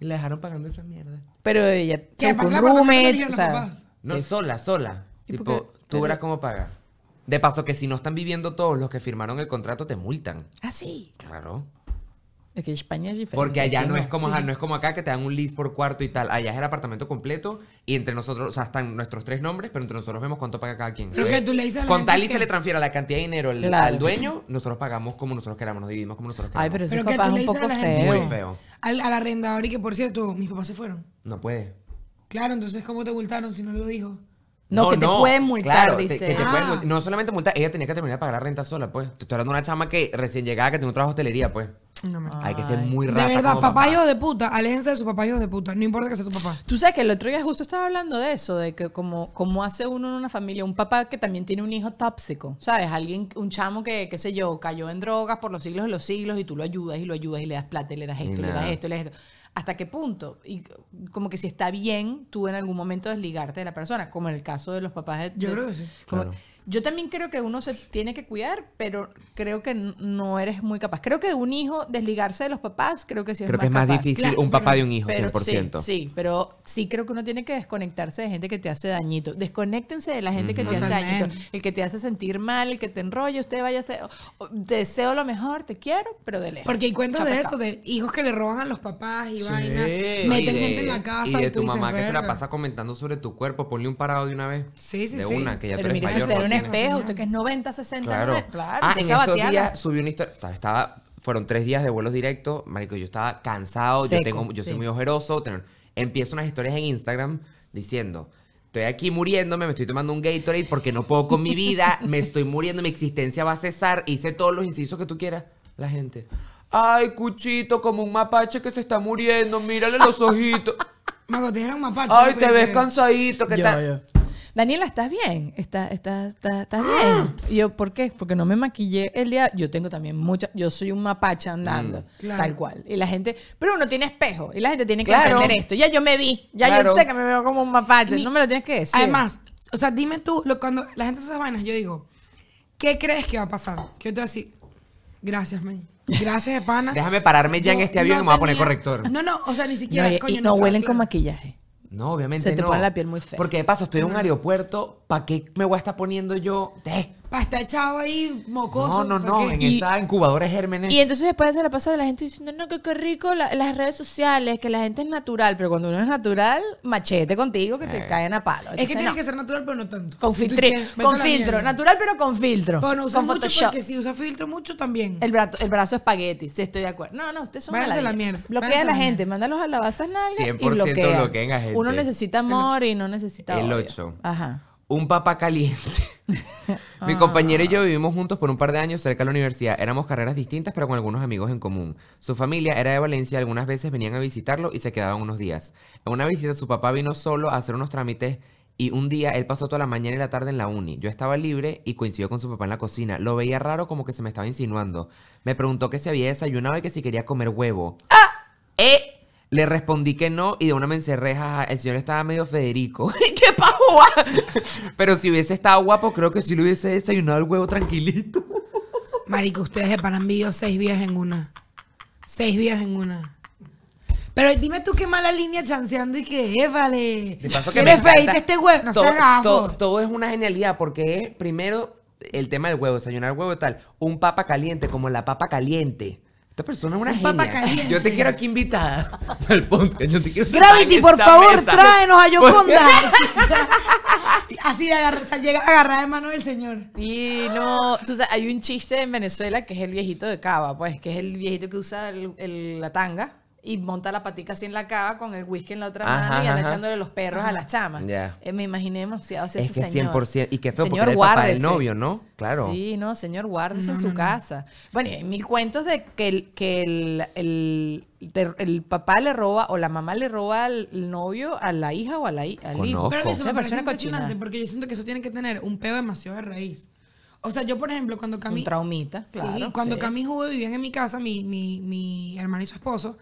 Speaker 2: Y le dejaron pagando esa mierda.
Speaker 3: Pero ella
Speaker 1: Que
Speaker 3: chocó
Speaker 1: aparte
Speaker 3: un
Speaker 1: la apartamento
Speaker 3: roommate,
Speaker 1: le llegan
Speaker 3: o
Speaker 1: los
Speaker 3: sea,
Speaker 1: papás.
Speaker 2: No, sola, sola.
Speaker 3: ¿Y por
Speaker 2: Tipo,
Speaker 3: qué?
Speaker 2: tú verás cómo paga. De paso, que si no están viviendo todos los que firmaron el contrato, te multan.
Speaker 3: Ah, sí.
Speaker 2: Claro.
Speaker 3: Es que España es diferente.
Speaker 2: Porque allá
Speaker 3: aquí
Speaker 2: no es como,
Speaker 3: Sí.
Speaker 2: ajá, no es como acá que te dan un list por cuarto y tal. Allá es el apartamento completo y entre nosotros, o sea, están nuestros tres nombres, pero entre nosotros vemos cuánto paga cada quien.
Speaker 1: Pero
Speaker 2: Entonces,
Speaker 1: que tú le dices a la
Speaker 2: Con
Speaker 1: gente
Speaker 2: tal y se
Speaker 1: que-
Speaker 2: le transfiera la cantidad de dinero al,
Speaker 3: Claro.
Speaker 2: al dueño, nosotros pagamos como nosotros queramos, nos dividimos como nosotros queramos.
Speaker 3: Ay, pero ese
Speaker 1: Pero que tú
Speaker 3: papá
Speaker 1: le
Speaker 3: es un
Speaker 1: dices a
Speaker 3: poco
Speaker 1: la
Speaker 3: feo.
Speaker 1: gente-
Speaker 2: Muy feo.
Speaker 1: al, al arrendador y que por cierto, mis papás se fueron.
Speaker 2: No puede.
Speaker 1: Claro, entonces, ¿cómo te multaron si no lo dijo?
Speaker 3: No, que te pueden multar,
Speaker 2: claro, te-
Speaker 3: dice.
Speaker 2: que te
Speaker 1: Ah.
Speaker 2: pueden multar. No solamente multar, ella tenía que terminar de pagar la renta sola, pues. Te estoy hablando de una chama que recién llegada, que tiene un trabajo de hostelería, pues.
Speaker 1: No, marica.
Speaker 2: Hay que ser
Speaker 3: Ay.
Speaker 2: muy
Speaker 1: De
Speaker 2: rata
Speaker 1: verdad,
Speaker 2: como
Speaker 1: papá hijos de puta, aléjense de su papá hijos de puta. No importa que sea tu papá.
Speaker 3: Tú sabes que el otro día justo estaba hablando de eso, de que como, como hace uno en una familia, un papá que también tiene un hijo tóxico, ¿sabes? Alguien, un chamo que, qué sé yo, cayó en drogas por los siglos de los siglos y tú lo ayudas y lo ayudas y le das plata y le das esto y, le das
Speaker 2: nada.
Speaker 3: esto y le das esto. ¿Hasta qué punto? Y como que si está bien tú en algún momento desligarte de la persona, como en el caso de los papás de...
Speaker 1: Yo
Speaker 3: de-
Speaker 1: creo que sí.
Speaker 3: como-
Speaker 2: Claro.
Speaker 3: Yo también creo que uno se tiene que cuidar, pero creo que n- no eres muy capaz. Creo que un hijo desligarse de los papás, creo que sí es
Speaker 2: Creo que es más
Speaker 3: más capaz.
Speaker 2: difícil
Speaker 1: Claro,
Speaker 2: un papá
Speaker 1: pero-
Speaker 2: de un hijo,
Speaker 3: Pero
Speaker 2: 100%.
Speaker 3: Sí, sí, pero sí creo que uno tiene que desconectarse de gente que te hace dañito. Desconéctense de la gente que te hace
Speaker 1: Totalmente.
Speaker 3: dañito. El que te hace sentir mal, el que te enrolla, usted vaya a ser... o- o- Deseo lo mejor, te quiero, pero de lejos.
Speaker 1: Porque hay cuentos
Speaker 3: Chao,
Speaker 1: de
Speaker 3: chao.
Speaker 1: eso, de hijos que le roban a los papás y
Speaker 2: Sí.
Speaker 1: vaina.
Speaker 2: Y
Speaker 1: Meten
Speaker 2: de-
Speaker 1: gente en la casa.
Speaker 2: Y de
Speaker 1: tú
Speaker 2: tu
Speaker 1: dices,
Speaker 2: mamá que se la
Speaker 1: "Verga".
Speaker 2: pasa comentando sobre tu cuerpo. Ponle un parado de una vez.
Speaker 1: Sí, sí,
Speaker 2: de
Speaker 1: sí.
Speaker 2: una, que ya
Speaker 3: Pero
Speaker 2: tú eres
Speaker 3: mire, si
Speaker 2: mayor.
Speaker 3: usted
Speaker 2: no
Speaker 3: era un
Speaker 2: tienes-
Speaker 3: espejo, usted que es 90, 60,
Speaker 2: Claro.
Speaker 3: 90, claro.
Speaker 2: ah, en
Speaker 3: empieza a
Speaker 2: esos
Speaker 3: batearla.
Speaker 2: días subí una historia. ta- Estaba, fueron tres días de vuelos directos. Marico, yo estaba cansado.
Speaker 3: Seco,
Speaker 2: yo tengo, yo
Speaker 3: sí.
Speaker 2: soy muy ojeroso. ten- empiezo unas historias en Instagram diciendo. Estoy aquí muriéndome, me estoy tomando un Gatorade porque no puedo con mi vida, me estoy muriendo, mi existencia va a cesar, hice todos los incisos que tú quieras. la gente, ay, cuchito, como un mapache que se está muriendo, mírale los ojitos.
Speaker 1: Mago, te dieron mapache.
Speaker 2: Ay,
Speaker 1: no
Speaker 2: te
Speaker 1: puede
Speaker 2: ves
Speaker 1: creer.
Speaker 2: cansadito, ¿qué tal?
Speaker 3: Daniela, ¿estás bien? ¿Estás, estás, estás, estás
Speaker 1: ¡Ah!
Speaker 3: bien? Y yo, ¿por qué? Porque no me maquillé el día. Yo tengo también mucha. Yo soy un mapache andando.
Speaker 1: Mm, claro.
Speaker 3: Tal cual. Y la gente. Pero uno tiene espejo. Y la gente tiene que
Speaker 2: Claro.
Speaker 3: entender esto. Ya yo me vi. Ya
Speaker 2: Claro.
Speaker 3: yo sé que me veo como un mapache.
Speaker 1: Mi-
Speaker 3: no me lo tienes que decir.
Speaker 1: Además, o sea, dime tú, lo- cuando la gente hace esas vainas, yo digo, ¿qué crees que va a pasar? Que yo te voy a decir, gracias, man. Gracias, de pana.
Speaker 2: Déjame pararme ya en
Speaker 1: Yo
Speaker 2: este avión
Speaker 1: no
Speaker 2: y me voy a poner
Speaker 1: tenía-
Speaker 2: corrector. No,
Speaker 1: No, no, o sea, ni siquiera,
Speaker 3: no, y- y
Speaker 1: coño,
Speaker 3: no
Speaker 1: estaba
Speaker 3: huelen con
Speaker 1: claro.
Speaker 3: maquillaje.
Speaker 2: obviamente
Speaker 3: Se te
Speaker 2: no.
Speaker 3: pone la piel muy fea.
Speaker 2: Porque de paso estoy en un aeropuerto, ¿para qué me voy a estar poniendo yo? Eh,
Speaker 1: Pa' estar echado ahí, mocoso.
Speaker 2: No, no,
Speaker 1: ¿pa'
Speaker 2: no,
Speaker 1: qué?
Speaker 2: en
Speaker 3: Y-
Speaker 2: esa incubadora de
Speaker 1: Eh.
Speaker 2: gérmenes.
Speaker 3: Y entonces después se la pasa de la gente diciendo, no, que qué rico la- las redes sociales, que la gente es natural. Pero cuando uno es natural, machete contigo que te caen a palo.
Speaker 1: Eh. Es que
Speaker 3: Entonces,
Speaker 1: tiene
Speaker 3: no.
Speaker 1: que ser natural, pero no tanto.
Speaker 3: Con,
Speaker 1: Tú
Speaker 3: filtri-
Speaker 1: dices, vete
Speaker 3: con
Speaker 1: a la
Speaker 3: filtro.
Speaker 1: mierda.
Speaker 3: Natural, pero con filtro.
Speaker 1: Pero no usas
Speaker 3: con
Speaker 1: mucho
Speaker 3: Photoshop.
Speaker 1: porque si usas filtro mucho también.
Speaker 3: El, brazo, el brazo espagueti, sí, estoy de acuerdo. No, no, ustedes son una
Speaker 1: Váyanse a la
Speaker 3: ladilla.
Speaker 1: mierda,
Speaker 3: Bloquea
Speaker 1: váyanse
Speaker 3: a
Speaker 1: a
Speaker 3: la
Speaker 1: la
Speaker 3: gente, mándalos a la base nalgas y
Speaker 2: 100%
Speaker 3: bloquea.
Speaker 2: bloqueen a gente.
Speaker 3: Uno necesita amor y no necesita
Speaker 2: El
Speaker 3: odio.
Speaker 2: ocho.
Speaker 3: Ajá.
Speaker 2: un papá caliente. Mi compañero y yo vivimos juntos por un par de años cerca de la universidad. Éramos carreras distintas, pero con algunos amigos en común. Su familia era de Valencia, algunas veces venían a visitarlo y se quedaban unos días. En una visita su papá vino solo a hacer unos trámites y un día él pasó toda la mañana y la tarde en la uni. Yo estaba libre y coincidió con su papá en la cocina. Lo veía raro como que se me estaba insinuando. Me preguntó que si había desayunado y que si quería comer huevo. Eh, le respondí que no y de una me encerré, jaja, el señor estaba medio Federico. ¡Qué pa' jugar! Pero si hubiese estado guapo, creo que sí lo hubiese desayunado el huevo tranquilito.
Speaker 1: Marico, ustedes se paran vivo seis vías en una. Seis vías en una. Pero dime tú qué mala línea chanceando y que, eh, vale.
Speaker 2: De paso que me
Speaker 1: ¿Quieres
Speaker 2: encanta.
Speaker 1: pedirte este huevo? No
Speaker 2: todo,
Speaker 1: seas gafo.
Speaker 2: todo- todo es una genialidad porque es, primero, el tema del huevo, desayunar huevo y tal. Un papa caliente, como la papa caliente. Esta persona es una
Speaker 1: Un
Speaker 2: genia.
Speaker 1: papa caliente.
Speaker 2: Yo te quiero aquí invitada al podcast. Yo te quiero sentada
Speaker 1: Gravity,
Speaker 2: en
Speaker 1: por
Speaker 2: esta
Speaker 1: favor,
Speaker 2: mesa. Pues,
Speaker 1: tráenos a Yoconda. Así de agarra- o sea, llega agarrada de mano del señor.
Speaker 3: Y no, o sea, hay un chiste en Venezuela que es el viejito de cava, pues, que es el viejito que usa el- el- la tanga y monta la patica así en la cava con el whisky en la otra
Speaker 2: Ajá,
Speaker 3: mano y anda
Speaker 2: ajá.
Speaker 3: echándole los perros a las chamas.
Speaker 2: Ya.
Speaker 3: Eh, me imaginé demasiado así
Speaker 2: Es
Speaker 3: ese
Speaker 2: que
Speaker 3: señor.
Speaker 2: 100%. Y qué feo, porque
Speaker 3: Señor,
Speaker 2: era el papá del
Speaker 3: guárdese.
Speaker 2: novio, ¿no? Claro.
Speaker 3: Sí, no, señor, guárdese en su casa. Bueno, y hay mil cuentos de que, el, que el, el, te- el papá le roba o la mamá le roba al novio a la hija o a la hi- al hijo.
Speaker 2: Conozco.
Speaker 1: Pero que eso
Speaker 3: Esa
Speaker 1: me parece
Speaker 3: persona cochina.
Speaker 1: impresionante porque yo siento que eso tiene que tener un peo demasiado de raíz. O sea, yo, por ejemplo, cuando
Speaker 3: Un
Speaker 1: Cami...
Speaker 3: traumita,
Speaker 1: Sí,
Speaker 3: claro.
Speaker 1: cuando
Speaker 3: sí.
Speaker 1: Cami y Juve vivían en mi casa, mi, mi, mi hermano y su esposo,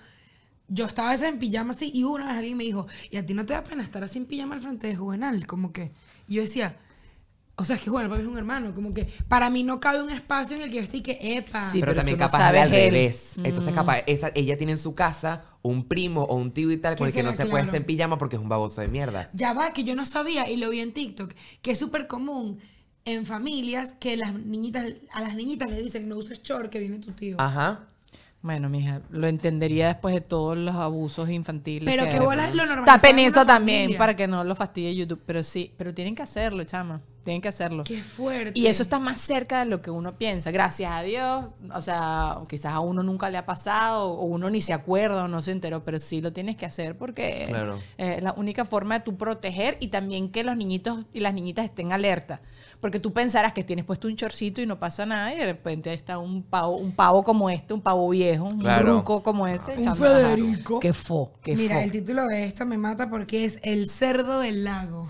Speaker 1: yo estaba a veces en pijama así y una vez alguien me dijo, ¿y a ti no te da pena estar así en pijama al frente de Juvenal? Como que... Y yo decía... O sea, es que Juvenal para mí es un hermano. Como que para mí no cabe un espacio en el que yo esté y que, epa.
Speaker 3: Sí,
Speaker 2: pero,
Speaker 3: pero
Speaker 2: también
Speaker 3: tú no
Speaker 2: capaz de
Speaker 3: sabes Mm.
Speaker 2: al
Speaker 3: él.
Speaker 2: revés. Entonces, capaz, esa, ella tiene en su casa un primo o un tío y tal con
Speaker 1: Que
Speaker 2: el que
Speaker 1: se
Speaker 2: no
Speaker 1: la
Speaker 2: se puede
Speaker 1: claro.
Speaker 2: estar en pijama porque es un baboso de mierda.
Speaker 1: Ya va, que yo no sabía y lo vi en TikTok, que es súper común en familias que las niñitas, a las niñitas les dicen no uses short que viene tu
Speaker 3: Ah.
Speaker 1: tío.
Speaker 2: Ajá.
Speaker 3: Bueno, mija, lo entendería después de todos los abusos infantiles.
Speaker 1: Pero que
Speaker 3: hay.
Speaker 1: bolas lo normal.
Speaker 3: Tapen eso también para que no lo fastidie YouTube. Pero sí, pero tienen que hacerlo, chama. Tienen que hacerlo.
Speaker 1: Qué fuerte.
Speaker 3: Y eso está más cerca de lo que uno piensa. Gracias a Dios. O sea, o quizás a uno nunca le ha pasado, o uno ni se acuerda o no se enteró, pero sí lo tienes que hacer porque
Speaker 2: Claro.
Speaker 3: eh, es la única forma de tú proteger y también que los niñitos y las niñitas estén alerta. Porque tú pensarás que tienes puesto un chorcito y no pasa nada, y de repente ahí está un pavo, un pavo como este, un pavo viejo, un
Speaker 2: Claro.
Speaker 3: ruco como ese.
Speaker 1: Un
Speaker 3: chama,
Speaker 1: Federico.
Speaker 3: ajá. Qué fo, qué
Speaker 1: Mira,
Speaker 3: fo.
Speaker 1: el título de esta me mata porque es El cerdo del lago.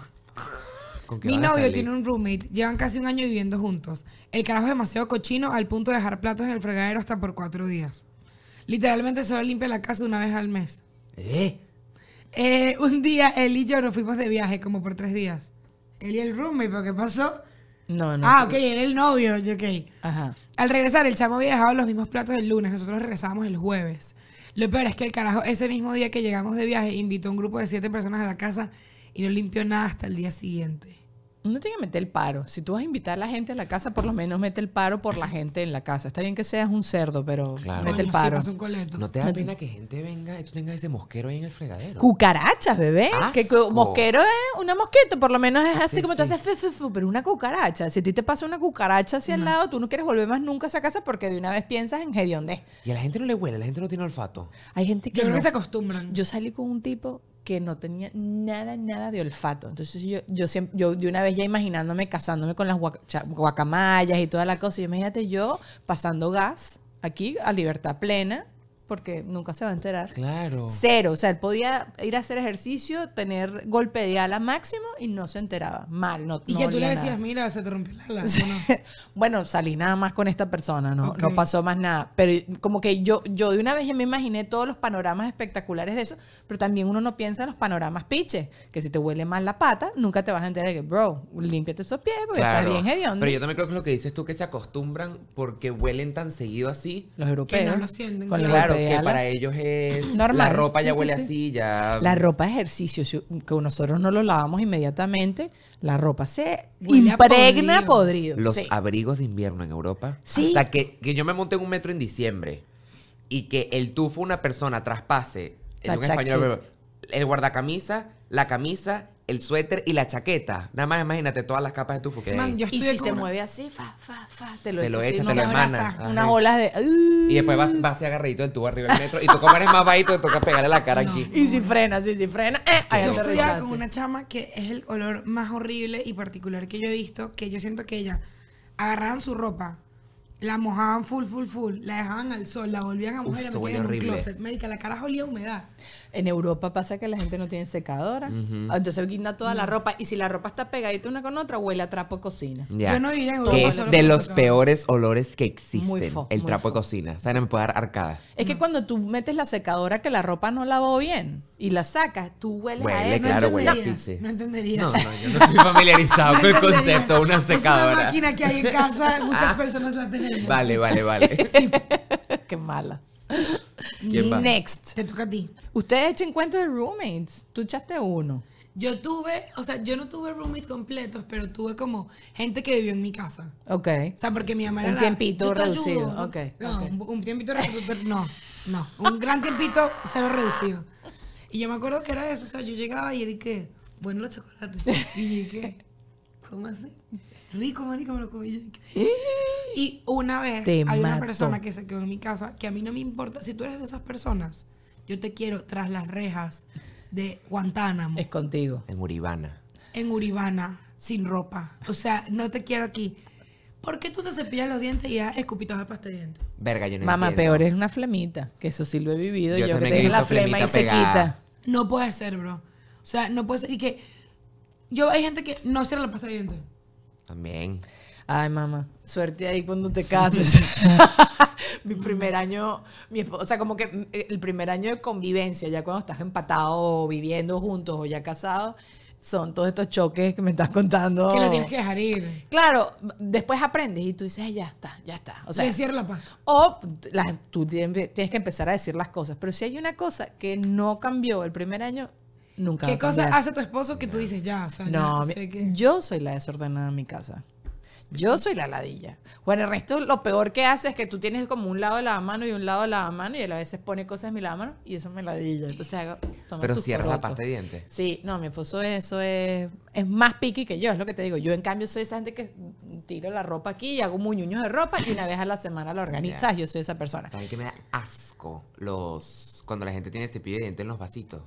Speaker 2: ¿Con qué
Speaker 1: Mi
Speaker 2: van a
Speaker 1: novio
Speaker 2: salir?
Speaker 1: tiene un roommate, llevan casi un año viviendo juntos. El carajo es demasiado cochino al punto de dejar platos en el fregadero hasta por cuatro días. Literalmente solo limpia la casa una vez al mes.
Speaker 2: ¿Eh?
Speaker 1: Eh, un día él y yo nos fuimos de viaje como por tres días. Él y el roommate, ¿pero qué pasó?
Speaker 3: No, no.
Speaker 1: ah, ok, era el novio, yo ok.
Speaker 3: Ajá.
Speaker 1: Al regresar, el chamo había dejado los mismos platos el lunes, nosotros regresábamos el jueves. Lo peor es que el carajo, ese mismo día que llegamos de viaje, invitó a un grupo de siete personas a la casa y no limpió nada hasta el día siguiente.
Speaker 3: Uno tiene que meter el paro. Si tú vas a invitar a la gente a la casa, por lo menos mete el paro por la gente en la casa. Está bien que seas un cerdo, pero
Speaker 2: Claro.
Speaker 3: mete
Speaker 1: Coño,
Speaker 3: el
Speaker 1: sí,
Speaker 3: paro.
Speaker 1: pasó un coleto.
Speaker 2: ¿No te da pena que gente venga y tú tengas ese mosquero ahí en el fregadero?
Speaker 3: Cucarachas, bebé.
Speaker 2: Asco.
Speaker 3: Que cu- mosquero es una mosqueta, por lo menos es así
Speaker 2: Sí,
Speaker 3: como tú
Speaker 2: sí.
Speaker 3: haces fe, fe, fe, pero una cucaracha. Si a ti te pasa una cucaracha hacia el lado, tú no quieres volver más nunca a esa casa porque de una vez piensas en hediondez.
Speaker 2: Y a la gente no le huele, la gente no tiene olfato.
Speaker 3: Hay gente que
Speaker 1: Yo creo
Speaker 3: no.
Speaker 1: que se acostumbran.
Speaker 3: Yo salí con un tipo que no tenía nada, nada de olfato. Entonces yo, yo siempre, yo de una vez ya imaginándome casándome con las guaca- cha- guacamayas y toda la cosa. Y imagínate yo pasando gas aquí a libertad plena, porque nunca se va a enterar.
Speaker 2: Claro.
Speaker 3: Cero, o sea, él podía ir a hacer ejercicio, tener golpe de ala máximo y no se enteraba. Mal, no.
Speaker 1: Y
Speaker 3: no
Speaker 1: que tú le
Speaker 3: olía
Speaker 1: decías,
Speaker 3: nada.
Speaker 1: mira, se te rompió la lana. ¿o no?
Speaker 3: bueno, salí nada más con esta persona, no,
Speaker 1: Ok.
Speaker 3: no pasó más nada. Pero como que yo, yo de una vez ya me imaginé todos los panoramas espectaculares de eso, pero también uno no piensa en los panoramas piches, que si te huele mal la pata, nunca te vas a enterar de que, bro, límpiate esos pies porque
Speaker 2: Claro.
Speaker 3: estás bien hediondo.
Speaker 2: Pero yo también creo que lo que dices tú que se acostumbran porque huelen tan seguido así.
Speaker 3: Los europeos.
Speaker 1: lo sienten,
Speaker 3: con el
Speaker 2: Claro,
Speaker 3: golpe de
Speaker 2: que
Speaker 3: ala.
Speaker 2: para ellos es
Speaker 3: Normal.
Speaker 2: La ropa ya
Speaker 3: Sí, sí,
Speaker 2: huele
Speaker 3: sí.
Speaker 2: así, ya.
Speaker 3: La ropa de ejercicio, si- que nosotros no lo lavamos inmediatamente, la ropa se
Speaker 1: Huele a
Speaker 3: impregna a podrido.
Speaker 1: podrido.
Speaker 2: Los
Speaker 3: sí.
Speaker 2: abrigos de invierno en Europa.
Speaker 3: Sí.
Speaker 2: O sea, que, que yo me monte en un metro en diciembre y que el tufo una persona traspase
Speaker 3: La
Speaker 2: en un español,
Speaker 3: chaqueta.
Speaker 2: el guardacamisa, la camisa, el suéter y la chaqueta. Nada más imagínate todas las capas de tufo que
Speaker 1: Man,
Speaker 2: hay.
Speaker 1: yo
Speaker 3: Y
Speaker 1: estuve
Speaker 3: si
Speaker 1: con
Speaker 3: se
Speaker 1: una-
Speaker 3: mueve así, fa, fa, fa, te lo,
Speaker 2: te lo
Speaker 3: echas así,
Speaker 2: echas,
Speaker 3: no
Speaker 2: te lo
Speaker 1: te abraza.
Speaker 2: emanas.
Speaker 3: unas
Speaker 2: Ajá.
Speaker 3: olas de.
Speaker 2: Y después vas, vas así agarradito del tubo arriba del metro. Y tú, como eres más bajito, te toca pegarle la cara aquí.
Speaker 3: Y si frena, sí, si frena, eh, ahí
Speaker 1: Yo
Speaker 3: te
Speaker 1: estudiaba
Speaker 3: resbalas.
Speaker 1: con una chama que es el olor más horrible y particular que yo he visto, que yo siento que ella agarraban su ropa, la mojaban full, full, full, la dejaban al sol, la volvían a
Speaker 2: Uf,
Speaker 1: mojar y la
Speaker 2: eso huele
Speaker 1: metían en un
Speaker 2: horrible.
Speaker 1: closet. Marica, la cara olía a humedad.
Speaker 3: En Europa pasa que la gente no tiene secadora. Entonces guinda toda la ropa. Y si la ropa está pegadita una con otra, huele a trapo de cocina.
Speaker 2: Ya.
Speaker 1: Yo no viviría en Europa
Speaker 2: que es
Speaker 1: solo
Speaker 2: de
Speaker 1: por
Speaker 2: los
Speaker 1: eso, cabrón.
Speaker 2: peores olores que existen.
Speaker 3: Muy fo,
Speaker 2: el
Speaker 3: muy
Speaker 2: trapo de
Speaker 3: fo.
Speaker 2: cocina. O sea, no me puede dar arcada.
Speaker 3: Es que cuando tú metes la secadora que la ropa no lavó bien y la sacas, tú hueles a
Speaker 2: Huele,
Speaker 3: eso.
Speaker 2: claro, huele a
Speaker 1: entenderías,
Speaker 2: pizza.
Speaker 1: No entenderías.
Speaker 2: No, no, yo no estoy familiarizado
Speaker 1: No
Speaker 2: con el
Speaker 1: entenderías.
Speaker 2: concepto de una
Speaker 1: Es una
Speaker 2: secadora.
Speaker 1: máquina que hay en casa, muchas personas la tenemos.
Speaker 2: Ah. Vale, vale, vale.
Speaker 3: Qué mala.
Speaker 2: ¿Quién va?
Speaker 3: Next.
Speaker 1: Te toca a ti.
Speaker 3: Ustedes echen cuentos de roommates. Tú echaste uno.
Speaker 1: Yo tuve, o sea, yo no tuve roommates completos, pero tuve como gente que vivió en mi casa.
Speaker 3: Ok.
Speaker 1: O sea, porque mi mamá era
Speaker 3: Un
Speaker 1: la-
Speaker 3: tiempito
Speaker 1: yo te
Speaker 3: reducido,
Speaker 1: ayudo.
Speaker 3: ok,
Speaker 1: No,
Speaker 3: ok.
Speaker 1: Un, un tiempito reducido. No, no. Un gran tiempito, cero reducido. Y yo me acuerdo que era eso. O sea, yo llegaba y él que, bueno, los chocolates. Y yo que, ¿cómo así? Rico, marico, me lo comí. Yo, ¿y qué? Y una vez
Speaker 3: Te
Speaker 1: había una
Speaker 3: mato.
Speaker 1: persona que se quedó en mi casa que a mí no me importa. Si tú eres de esas personas, yo te quiero tras las rejas de Guantánamo
Speaker 3: Es contigo.
Speaker 2: En Uribana.
Speaker 1: en Uribana sin ropa. O sea, no te quiero aquí. ¿Por qué tú te cepillas los dientes y das escupitos de pasta de dientes?
Speaker 2: Verga, yo no
Speaker 3: Mamá,
Speaker 2: entiendo.
Speaker 3: peor es una flemita. Que eso sí lo he vivido.
Speaker 2: Yo
Speaker 3: Yo, que
Speaker 2: también he
Speaker 3: tengo la
Speaker 2: visto
Speaker 3: flema y
Speaker 2: flemita
Speaker 3: se
Speaker 2: pegada.
Speaker 3: quita.
Speaker 1: No puede ser, bro. O sea, no puede ser. Y que yo hay gente que no cierra la pasta de dientes.
Speaker 2: También.
Speaker 3: Ay, mamá, suerte ahí cuando te cases. mi primer año, mi esp- o sea, como que mm, el primer año de convivencia, ya cuando estás empatado, o viviendo juntos o ya casados, son todos estos choques que me estás contando.
Speaker 1: Que lo tienes que dejar ir.
Speaker 3: Claro, después aprendes y tú dices, "Ay, ya está, ya está. O sea,
Speaker 1: Le cierra la pasta.
Speaker 3: o las- tú tienes tienes que empezar a decir las cosas. Pero si hay una cosa que no cambió el primer año, nunca va
Speaker 1: ¿Qué
Speaker 3: a
Speaker 1: cosa
Speaker 3: cambiar.
Speaker 1: hace tu esposo que tú dices ya? O sea,
Speaker 3: No,
Speaker 1: ya
Speaker 3: mi-
Speaker 1: sé que...
Speaker 3: yo soy la desordenada en mi casa. Yo soy la ladilla. Bueno, el resto lo peor que hace es que tú tienes como un lado de lavamano y un lado de lavamano y él a veces pone cosas en mi lavamano y eso me ladilla. Entonces hago, toma
Speaker 2: Pero
Speaker 3: tu
Speaker 2: cierras la
Speaker 3: coroto.
Speaker 2: pasta de dientes.
Speaker 3: Sí, no, mi esposo eso es, es más piqui que yo, es lo que te digo. Yo en cambio soy esa gente que tiro la ropa aquí y hago muñuños de ropa y una vez a la semana la organizas. Yo soy esa persona.
Speaker 2: ¿Saben qué me da asco? Los... Cuando la gente tiene cepillo de dientes en los vasitos.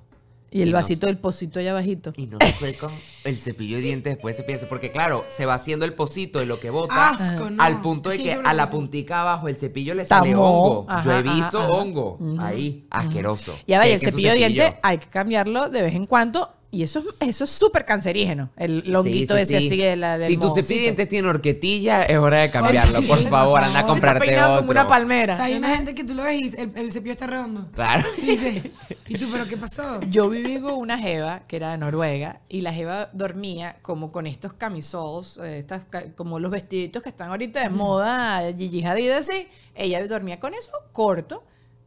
Speaker 3: Y el
Speaker 2: Y no-
Speaker 3: vasito del pocito allá abajito.
Speaker 2: Y no sueltan el cepillo de dientes después se piensa. Porque claro, se va haciendo el pocito de lo que bota.
Speaker 1: Ah, Asco, no.
Speaker 2: Al punto de
Speaker 1: Sí,
Speaker 2: que
Speaker 1: yo me
Speaker 2: a la
Speaker 1: puse-
Speaker 2: puntica abajo el cepillo le sale
Speaker 3: Tamó.
Speaker 2: hongo. Yo
Speaker 3: Ajá,
Speaker 2: he visto
Speaker 3: ajá, ajá.
Speaker 2: hongo. Ahí, asqueroso.
Speaker 3: Ya
Speaker 2: Sé
Speaker 3: vaya, el
Speaker 2: que es un
Speaker 3: cepillo de dientes hay que cambiarlo de vez en cuando. Y eso, es- eso es súper cancerígeno. El longuito
Speaker 2: Sí, sí,
Speaker 3: ese
Speaker 2: sí.
Speaker 3: así de la del
Speaker 2: Si tu cepillo
Speaker 3: mohocito.
Speaker 2: de dientes tiene horquetilla, es hora de cambiarlo.
Speaker 1: sí,
Speaker 2: por
Speaker 1: sí,
Speaker 2: favor,
Speaker 1: por
Speaker 2: anda a
Speaker 1: favor.
Speaker 3: Se está
Speaker 2: comprarte
Speaker 3: peinado
Speaker 2: otro.
Speaker 3: como una
Speaker 1: O sea,
Speaker 3: palmera.
Speaker 1: hay una gente que tú lo ves y el, el cepillo está redondo.
Speaker 2: Claro.
Speaker 1: Y dices, ¿y tú, pero qué pasó?
Speaker 3: Yo viví con una jeva que era de Noruega y la jeva dormía como con estos camisols, eh, estas, ca- como los vestiditos que están ahorita de moda, Gigi Hadid así. Ella dormía con eso, corto,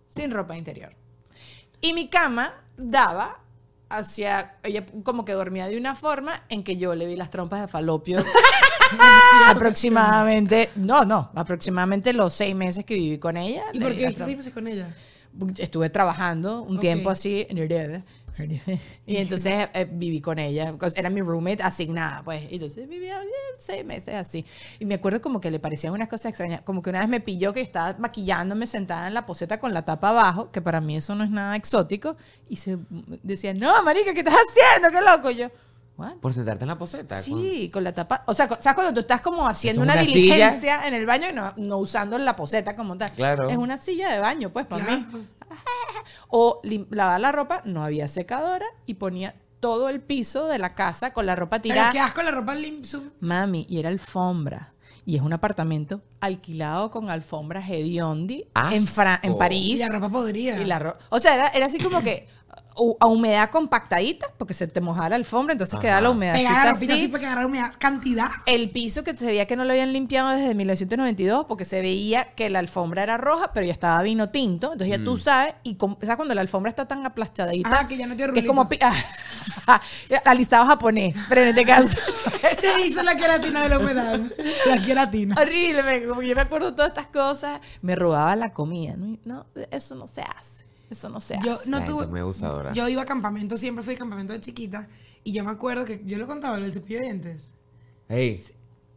Speaker 3: sin ropa interior. Y mi cama daba hacia, ella como que dormía de una forma en que yo le vi las trompas de falopio aproximadamente, no, no, aproximadamente los seis meses que viví con ella.
Speaker 1: ¿Y
Speaker 3: le
Speaker 1: por
Speaker 3: vi
Speaker 1: qué
Speaker 3: las
Speaker 1: viste seis meses con ella?
Speaker 3: estuve trabajando un
Speaker 1: Ok.
Speaker 3: tiempo así en Urebe. Y entonces eh, viví con ella, cos- era mi roommate asignada, pues. Y entonces vivía eh, seis meses así. Y me acuerdo como que le parecían unas cosas extrañas. Como que una vez me pilló que estaba maquillándome sentada en la poseta con la tapa abajo, que para mí eso no es nada exótico. Y se decía, no, marica, ¿qué estás haciendo? ¡Qué loco! Y yo, What?
Speaker 2: Por sentarte en la poseta.
Speaker 3: Sí, con la tapa. O sea, co- ¿sabes cuando tú estás como haciendo
Speaker 2: Eso es
Speaker 3: una,
Speaker 2: una silla.
Speaker 3: diligencia en el baño y no, no usando la poseta como tal?
Speaker 2: Claro.
Speaker 3: Es una silla de baño, pues, para mí.
Speaker 1: Claro.
Speaker 3: O lim- lavar la ropa, no había secadora y ponía todo el piso de la casa con la ropa
Speaker 1: Pero
Speaker 3: tirada.
Speaker 1: qué asco la ropa limpia.
Speaker 3: Mami, y era alfombra. Y es un apartamento alquilado con alfombras hediondi en, Fra-
Speaker 2: Asco.
Speaker 3: en
Speaker 1: Y
Speaker 3: París.
Speaker 1: la ropa podrida.
Speaker 3: Y la ro- o sea, era, era así como que uh, a humedad compactadita, porque se te mojaba la alfombra, entonces
Speaker 2: Ajá.
Speaker 3: quedaba la humedad.
Speaker 1: Pegada la ropita así pues. para que agarrar humedad. Cantidad.
Speaker 3: El piso que se veía que no lo habían limpiado desde 1992 porque se veía que la alfombra era roja, pero ya estaba vino tinto. Entonces ya tú sabes, y com- ¿sabes cuando la alfombra está tan aplastadita?
Speaker 1: Ajá, Mm. Ah, que ya no tiene
Speaker 3: que es como
Speaker 1: rulito.
Speaker 3: pi- alistado japonés, pero en este caso.
Speaker 1: Se hizo la queratina de la humedad. La queratina.
Speaker 3: Horrible, me- como que yo me acuerdo de todas estas cosas. Me robaba la comida. No, No, eso no se hace. Eso no se hace.
Speaker 1: Yo no
Speaker 2: La gente
Speaker 1: tuve.
Speaker 2: es muy abusadora.
Speaker 1: Yo iba a campamento, siempre fui a campamento de chiquita. Y yo me acuerdo que yo lo contaba, el cepillo de dientes.
Speaker 2: Hey,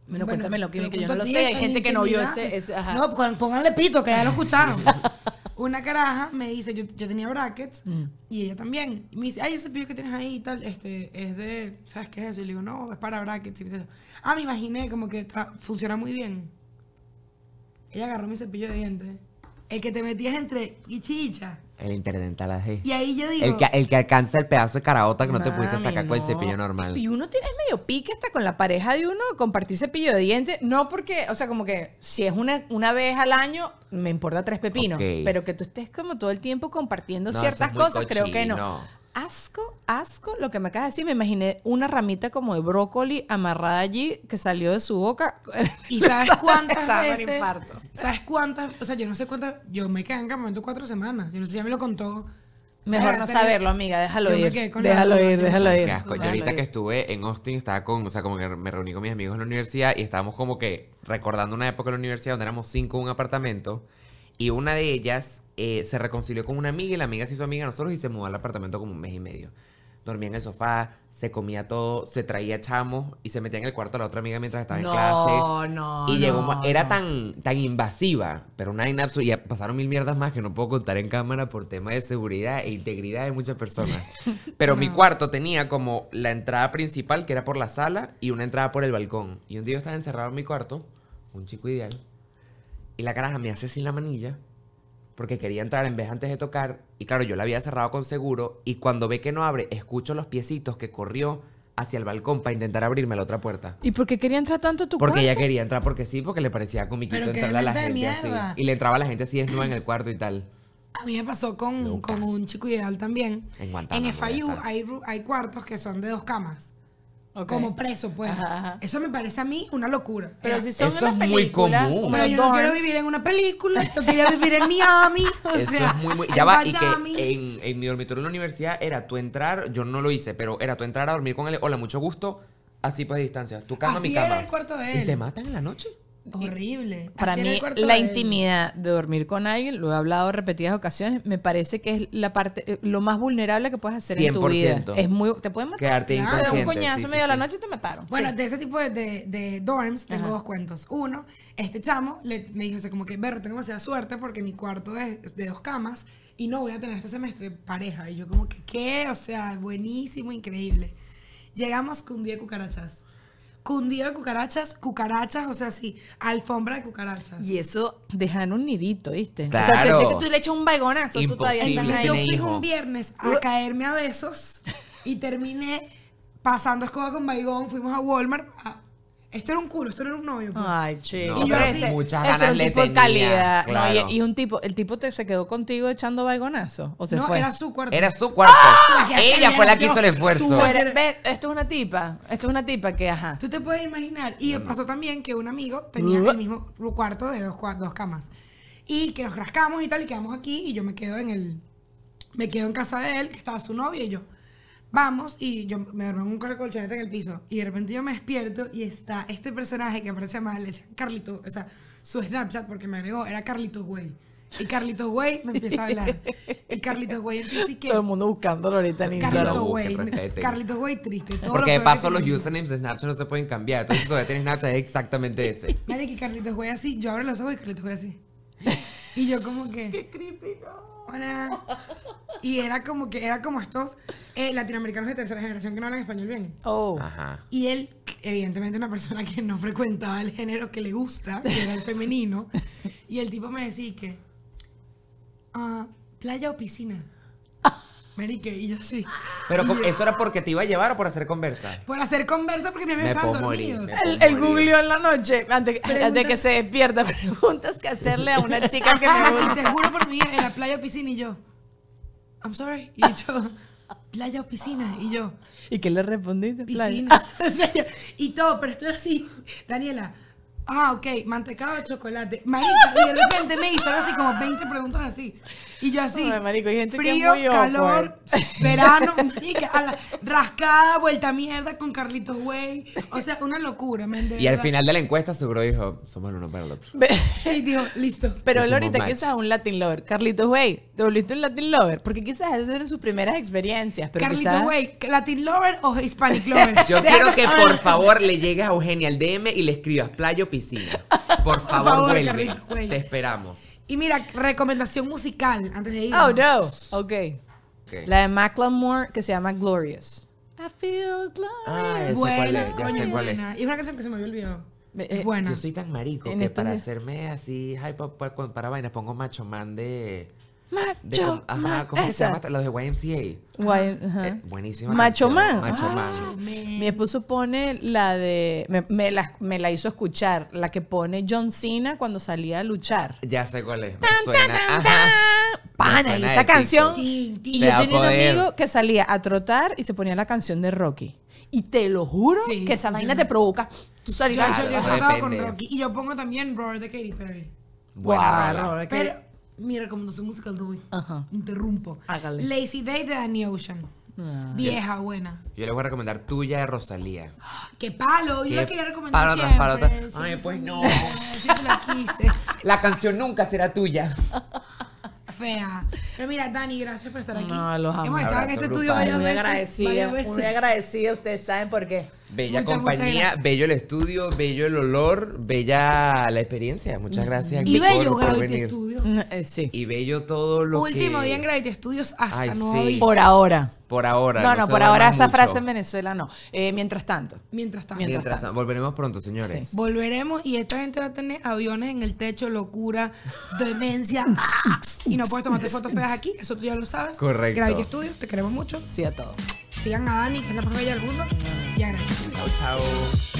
Speaker 3: Bueno,
Speaker 1: Bueno,
Speaker 3: cuéntame lo que,
Speaker 1: pero
Speaker 3: que yo no
Speaker 1: punto
Speaker 3: lo sé.
Speaker 1: diez,
Speaker 3: Hay
Speaker 1: en
Speaker 3: gente que no vio
Speaker 1: intimidad.
Speaker 3: ese. ese- ajá.
Speaker 1: No, pon- pónganle pito, que ya lo escucharon. Una caraja me dice, yo, yo tenía brackets
Speaker 3: Mm.
Speaker 1: y ella también. Y me dice, ay, ese cepillo que tienes ahí y tal, este, es de, ¿sabes qué es eso? Y le digo, no, es para brackets. Y me dice, ah, me imaginé como que tra- funciona muy bien. Ella agarró mi cepillo de dientes. El que te metías entre y chicha.
Speaker 2: el interdental así.
Speaker 1: Y ahí yo digo,
Speaker 2: El que, el que alcanza el pedazo de caraota que no te pudiste
Speaker 3: Mami,
Speaker 2: sacar con el
Speaker 3: no.
Speaker 2: cepillo normal.
Speaker 3: Y uno tiene es medio pique hasta con la pareja de uno compartir cepillo de dientes. No porque, o sea, como que si es una, una vez al año, me importa tres pepinos.
Speaker 2: Ok.
Speaker 3: Pero que tú estés como todo el tiempo compartiendo
Speaker 2: No, eso
Speaker 3: ciertas
Speaker 2: es muy
Speaker 3: cosas, creo que no.
Speaker 2: cochino.
Speaker 3: Asco, asco, lo que me acabas de decir. Me imaginé una ramita como de brócoli amarrada allí que salió de su boca.
Speaker 1: ¿y sabes cuántas
Speaker 3: Estaba en
Speaker 1: veces?
Speaker 3: infarto.
Speaker 1: ¿Sabes cuántas? O sea, yo no sé cuántas, yo me quedé en campamento cuatro semanas. Yo no sé si ya me lo contó.
Speaker 3: Mejor no
Speaker 1: Espérate,
Speaker 3: saberlo, amiga. Déjalo
Speaker 1: Yo me
Speaker 3: ir.
Speaker 1: quedé con la
Speaker 3: Déjalo
Speaker 1: duda,
Speaker 3: ir,
Speaker 1: yo-
Speaker 3: déjalo ir.
Speaker 2: Qué asco. Yo
Speaker 3: déjalo
Speaker 2: ahorita
Speaker 3: ir.
Speaker 2: que estuve en Austin estaba con, o sea, como que me reuní con mis amigos en la universidad y estábamos como que recordando una época en la universidad donde éramos cinco en un apartamento y una de ellas eh, se reconcilió con una amiga y la amiga se hizo amiga de nosotros y se mudó al apartamento como un mes y medio. Dormía en el sofá, se comía todo, se traía chamos y se metía en el cuarto de la otra amiga mientras estaba en clase.
Speaker 3: No, no.
Speaker 2: Y llegó,
Speaker 3: no,
Speaker 2: ma- era
Speaker 3: no.
Speaker 2: tan, tan invasiva, pero una inapso y ya pasaron mil mierdas más que no puedo contar en cámara por tema de seguridad e integridad de muchas personas. Pero mi cuarto tenía como la entrada principal, que era por la sala, y una entrada por el balcón. Y un día yo estaba encerrado en mi cuarto, un chico ideal, y la caraja me hace sin la manilla, porque quería entrar en vez antes de tocar, y claro, yo la había cerrado con seguro, y cuando ve que no abre, escucho los piecitos que corrió hacia el balcón para intentar abrirme la otra puerta.
Speaker 3: ¿Y por qué quería entrar tanto a tu
Speaker 2: Porque
Speaker 3: cuarto?
Speaker 2: ella quería entrar porque sí, porque le parecía comiquito
Speaker 1: Pero qué
Speaker 2: entrarle a la
Speaker 1: mente de
Speaker 2: gente así.
Speaker 1: mierda.
Speaker 2: Y le entraba a la gente así desnuda en el cuarto y tal.
Speaker 1: A mí me pasó con,
Speaker 2: Nunca.
Speaker 1: con un chico ideal también.
Speaker 2: En Guantánamo, ya
Speaker 1: FIU
Speaker 2: está.
Speaker 1: hay, ru- hay cuartos que son de dos camas.
Speaker 3: Ok.
Speaker 1: Como preso, pues.
Speaker 3: Ajá, ajá.
Speaker 1: Eso me parece a mí una locura.
Speaker 3: Pero
Speaker 1: Era-
Speaker 3: si son
Speaker 2: Eso
Speaker 3: unas
Speaker 2: es muy
Speaker 3: películas,
Speaker 2: común.
Speaker 3: como
Speaker 1: pero
Speaker 3: los
Speaker 1: yo no quiero
Speaker 3: dorms.
Speaker 1: vivir en una película. Yo quería vivir en Miami. O
Speaker 2: Eso
Speaker 1: sea,
Speaker 2: es muy, muy...
Speaker 1: en
Speaker 2: Ya va, y
Speaker 1: Miami.
Speaker 2: que en, en mi dormitorio en la universidad era tú entrar, yo no lo hice, pero era tú entrar a dormir con él, hola, mucho gusto, así pues de distancia. Tu cama,
Speaker 1: Así
Speaker 2: mi
Speaker 1: era
Speaker 2: cama.
Speaker 1: el cuarto de
Speaker 2: Y
Speaker 1: él.
Speaker 2: te matan en la noche.
Speaker 1: Horrible.
Speaker 3: Para
Speaker 1: Así era el
Speaker 3: mí,
Speaker 1: cuarto
Speaker 3: la
Speaker 1: de él.
Speaker 3: intimidad de dormir con alguien, lo he hablado repetidas ocasiones, me parece que es la parte, eh, lo más vulnerable que puedes hacer en tu vida.
Speaker 2: 100%.
Speaker 3: Es muy, te pueden matar.
Speaker 2: Quedarte
Speaker 1: claro,
Speaker 3: Te dan un
Speaker 2: inconsciente.
Speaker 3: coñazo
Speaker 2: sí, sí,
Speaker 3: medio a la
Speaker 2: sí.
Speaker 3: noche y te mataron.
Speaker 1: Bueno,
Speaker 3: Sí.
Speaker 1: de ese tipo de, de- de dorms tengo
Speaker 3: Ajá.
Speaker 1: dos cuentos. Uno, este chamo le- me dijo, o sea, como que, berro, tengo demasiada suerte porque mi cuarto es de dos camas y no voy a tener este semestre pareja. Y yo como que, ¿qué? O sea, buenísimo, increíble. Llegamos cundido de cucarachas. Cundido de cucarachas, cucarachas, o sea, sí, alfombra de cucarachas.
Speaker 3: y eso dejan un nidito, ¿viste? O sea,
Speaker 2: Claro.
Speaker 3: si- si tú le echas un vagonazo, eso todavía
Speaker 2: Imposible.
Speaker 1: Entonces
Speaker 3: estás ahí.
Speaker 1: yo
Speaker 2: tiene
Speaker 1: fui
Speaker 2: hijo.
Speaker 1: un viernes a caerme a besos y terminé pasando escoba con Baigón, fuimos a Walmart. a- Esto era un culo, esto no era un novio. pues.
Speaker 3: Ay, che.
Speaker 2: No,
Speaker 3: Y yo
Speaker 1: pero
Speaker 3: ese-
Speaker 2: muchas
Speaker 3: ese era
Speaker 2: ganas
Speaker 3: un
Speaker 2: le
Speaker 3: tipo de
Speaker 2: tenía,
Speaker 3: calidad. No, y-
Speaker 2: claro.
Speaker 3: y, un tipo, el tipo te, se quedó contigo echando vagonazo. O se
Speaker 1: no,
Speaker 3: fue.
Speaker 1: era su cuarto.
Speaker 2: Era su cuarto.
Speaker 1: La que
Speaker 2: Ella fue la que
Speaker 1: yo.
Speaker 2: hizo el esfuerzo.
Speaker 1: Tú eres-
Speaker 3: Pero, ve, esto es una tipa. Esto es una tipa que, ajá.
Speaker 1: Tú te puedes imaginar. Y pasó también que un amigo tenía el mismo ru- cuarto de dos, cua- dos camas. Y que nos rascamos y tal, y quedamos aquí, y yo me quedo en el. Me quedo en casa de él, que estaba su novia y yo. Vamos, y yo me dormí en un col- colchonete en el piso. Y de repente yo me despierto y está este personaje que aparece más, le decían Carlito, o sea, su Snapchat, porque me agregó, era Carlitos Güey. Y Carlitos Güey me empieza a hablar. Y Carlitos Güey empieza y que.
Speaker 3: Todo el mundo buscándolo ahorita en Instagram.
Speaker 1: Carlitos
Speaker 2: Lo
Speaker 1: Güey.
Speaker 2: busquen, respeten.
Speaker 1: Carlitos Güey triste. todo lo
Speaker 2: Porque de
Speaker 1: peor que
Speaker 2: paso los
Speaker 1: tenía.
Speaker 2: usernames de Snapchat no se pueden cambiar. Entonces todavía tienes Snapchat es exactamente ese.
Speaker 1: Mira que Carlitos Güey así, yo abro los ojos y Carlitos Güey así. Y yo como que... Qué creepy, no. hola. Y era como que era como estos eh, latinoamericanos de tercera generación que no hablan español bien.
Speaker 3: Oh.
Speaker 2: Ajá.
Speaker 1: Y él, evidentemente una persona que no frecuentaba el género que le gusta, que era el femenino, y el tipo me decía que, ah, playa o piscina. Marique, y yo así.
Speaker 2: Pero ¿cómo- eso era porque te iba a llevar o por hacer conversa.
Speaker 1: Por hacer conversa porque mi
Speaker 2: Me
Speaker 1: había estaba
Speaker 2: puedo morir,
Speaker 1: dormido.
Speaker 2: me
Speaker 3: El, el
Speaker 2: Marido.
Speaker 3: googleó en la noche, antes,
Speaker 1: Preguntas-
Speaker 3: antes que se despierta, preguntas que hacerle a una chica que me
Speaker 1: Y
Speaker 3: gusta.
Speaker 1: te juro por mí, en la playa o piscina, y yo, I'm sorry. Y yo, playa o piscina, y yo,
Speaker 3: ¿Y qué le respondiste? Playa?
Speaker 1: piscina. O sea, yo- y todo, pero esto era así. Daniela, ah, ok, mantecado de chocolate. Marica, y de repente me hizo así como 20 preguntas así. Y yo así.
Speaker 3: Ay, marico, hay gente que es
Speaker 1: frío,
Speaker 3: muy
Speaker 1: calor, verano, marica, a la- rascada, vuelta a mierda con Carlitos Way. O sea, una locura, men, de
Speaker 2: Y al
Speaker 1: verdad.
Speaker 2: final de la encuesta seguro dijo, somos el uno para el otro.
Speaker 3: Ve-
Speaker 1: Y digo, listo.
Speaker 3: Pero
Speaker 2: Hicimos
Speaker 3: Lorita,
Speaker 2: match.
Speaker 3: quizás un Latin lover. Carlitos, güey, te volviste un Latin lover. Porque quizás esas eran sus primeras experiencias. Pero
Speaker 1: Carlitos
Speaker 3: quizás...
Speaker 1: Way, Latin Lover o Hispanic Lover.
Speaker 2: Yo
Speaker 1: Déjanos
Speaker 2: quiero que
Speaker 1: saber.
Speaker 2: por favor le llegues a Eugenia al DM y le escribas playa o piscina. Por favor,
Speaker 1: favor,
Speaker 2: vuelve.
Speaker 1: Carlitos, güey.
Speaker 2: Te esperamos.
Speaker 1: Y mira, recomendación musical antes de ir.
Speaker 3: Oh, no. Ok.
Speaker 2: Ok.
Speaker 3: La de Macklemore que se llama Glorious. I feel
Speaker 2: Ah,
Speaker 3: glorious.
Speaker 2: ese cuál
Speaker 1: Buena,
Speaker 2: es, ya sé
Speaker 1: coño,
Speaker 2: cuál es.
Speaker 1: buena. Y es una canción que se me había olvidado.
Speaker 3: Me- eh,
Speaker 1: buena.
Speaker 2: Yo soy tan marico
Speaker 3: En este
Speaker 2: que
Speaker 3: estos
Speaker 2: para
Speaker 3: días.
Speaker 2: hacerme así hype up pa- con- para vainas pongo macho man de. de
Speaker 3: Macho.
Speaker 2: com- ajá,
Speaker 3: man,
Speaker 2: ¿cómo se
Speaker 3: esa.
Speaker 2: llama? Los de YMCA.
Speaker 3: Guay, ajá.
Speaker 2: Eh, buenísima.
Speaker 3: Macho
Speaker 2: canción,
Speaker 3: Man.
Speaker 2: Macho
Speaker 3: Ah.
Speaker 2: man.
Speaker 3: Mi esposo pone la de. Me, me la, me la hizo escuchar, la que pone John Cena cuando salía a luchar.
Speaker 2: Ya sé cuál es. Me
Speaker 3: Tan, tan,
Speaker 2: suena.
Speaker 3: tan,
Speaker 2: Ajá.
Speaker 3: tan. Pana,
Speaker 2: Me
Speaker 3: y
Speaker 2: suena
Speaker 3: esa
Speaker 2: de
Speaker 3: canción.
Speaker 2: TikTok.
Speaker 1: Tin, tin.
Speaker 3: Y
Speaker 2: Te
Speaker 3: yo
Speaker 2: va a
Speaker 3: tenía un
Speaker 2: poder.
Speaker 3: amigo que salía a trotar y se ponía la canción de Rocky. Y te lo juro
Speaker 1: Sí,
Speaker 3: que esa
Speaker 1: funciona.
Speaker 3: vaina te provoca. Tú salís
Speaker 1: Yo,
Speaker 2: Claro,
Speaker 1: yo, yo he
Speaker 2: eso
Speaker 1: tratado con
Speaker 2: depende.
Speaker 1: Rocky. Y yo pongo también Roar de Katy Perry.
Speaker 2: Buena rola.
Speaker 1: Pero mi recomendación musical de hoy.
Speaker 3: Ajá.
Speaker 1: Interrumpo.
Speaker 3: Hágale.
Speaker 1: Lazy Day de Danny Ocean.
Speaker 3: Ah.
Speaker 1: Vieja, buena.
Speaker 2: Yo les voy a recomendar tuya de Rosalía.
Speaker 1: ¡Qué palo! Yo
Speaker 2: Qué
Speaker 1: la quería recomendar
Speaker 2: palo tras
Speaker 1: siempre.
Speaker 2: palo tras-
Speaker 1: siempre
Speaker 2: Ay,
Speaker 1: fue
Speaker 2: pues no.
Speaker 1: mía, Siempre la quise.
Speaker 2: La canción nunca será tuya.
Speaker 1: Fea. Pero mira, Dani, gracias por estar aquí.
Speaker 3: No, los amo.
Speaker 1: Hemos estado en
Speaker 2: Abrazo
Speaker 1: este
Speaker 2: grupal.
Speaker 1: estudio varias
Speaker 3: muy
Speaker 1: veces.
Speaker 3: agradecida.
Speaker 1: Varias
Speaker 3: Muy
Speaker 1: veces.
Speaker 3: agradecida, ustedes saben por qué.
Speaker 2: Bella
Speaker 1: Muchas, muchas
Speaker 2: compañía,
Speaker 1: gracias.
Speaker 2: bello el estudio, bello el olor, bella la experiencia. Muchas gracias.
Speaker 1: Y
Speaker 2: aquí
Speaker 1: bello
Speaker 2: por- por
Speaker 1: Gravity
Speaker 2: venir.
Speaker 1: Studio.
Speaker 3: Eh, sí.
Speaker 2: Y bello todo lo que...
Speaker 1: Mm, Último día en Gravity Studios hasta
Speaker 2: Ay,
Speaker 1: nuevo
Speaker 2: sí.
Speaker 1: aviso.
Speaker 3: Por ahora.
Speaker 2: Por ahora.
Speaker 3: No, no,
Speaker 2: se
Speaker 3: por
Speaker 2: duerman
Speaker 3: ahora esa
Speaker 2: mucho.
Speaker 3: frase en Venezuela no. Eh, mientras tanto.
Speaker 1: Mientras tanto.
Speaker 2: Mientras
Speaker 3: Mientras
Speaker 2: tanto, Volveremos pronto, señores.
Speaker 3: Sí.
Speaker 1: Volveremos y esta gente va a tener aviones en el techo, locura, demencia. y no puedes tomarte fotos feas aquí, eso tú ya lo sabes.
Speaker 2: Correcto.
Speaker 1: Gravity Studios, te queremos mucho.
Speaker 3: Sí a todo.
Speaker 1: Sigan a Dani, que es la más bella del mundo. Y a Gravity.
Speaker 2: Chao, chao.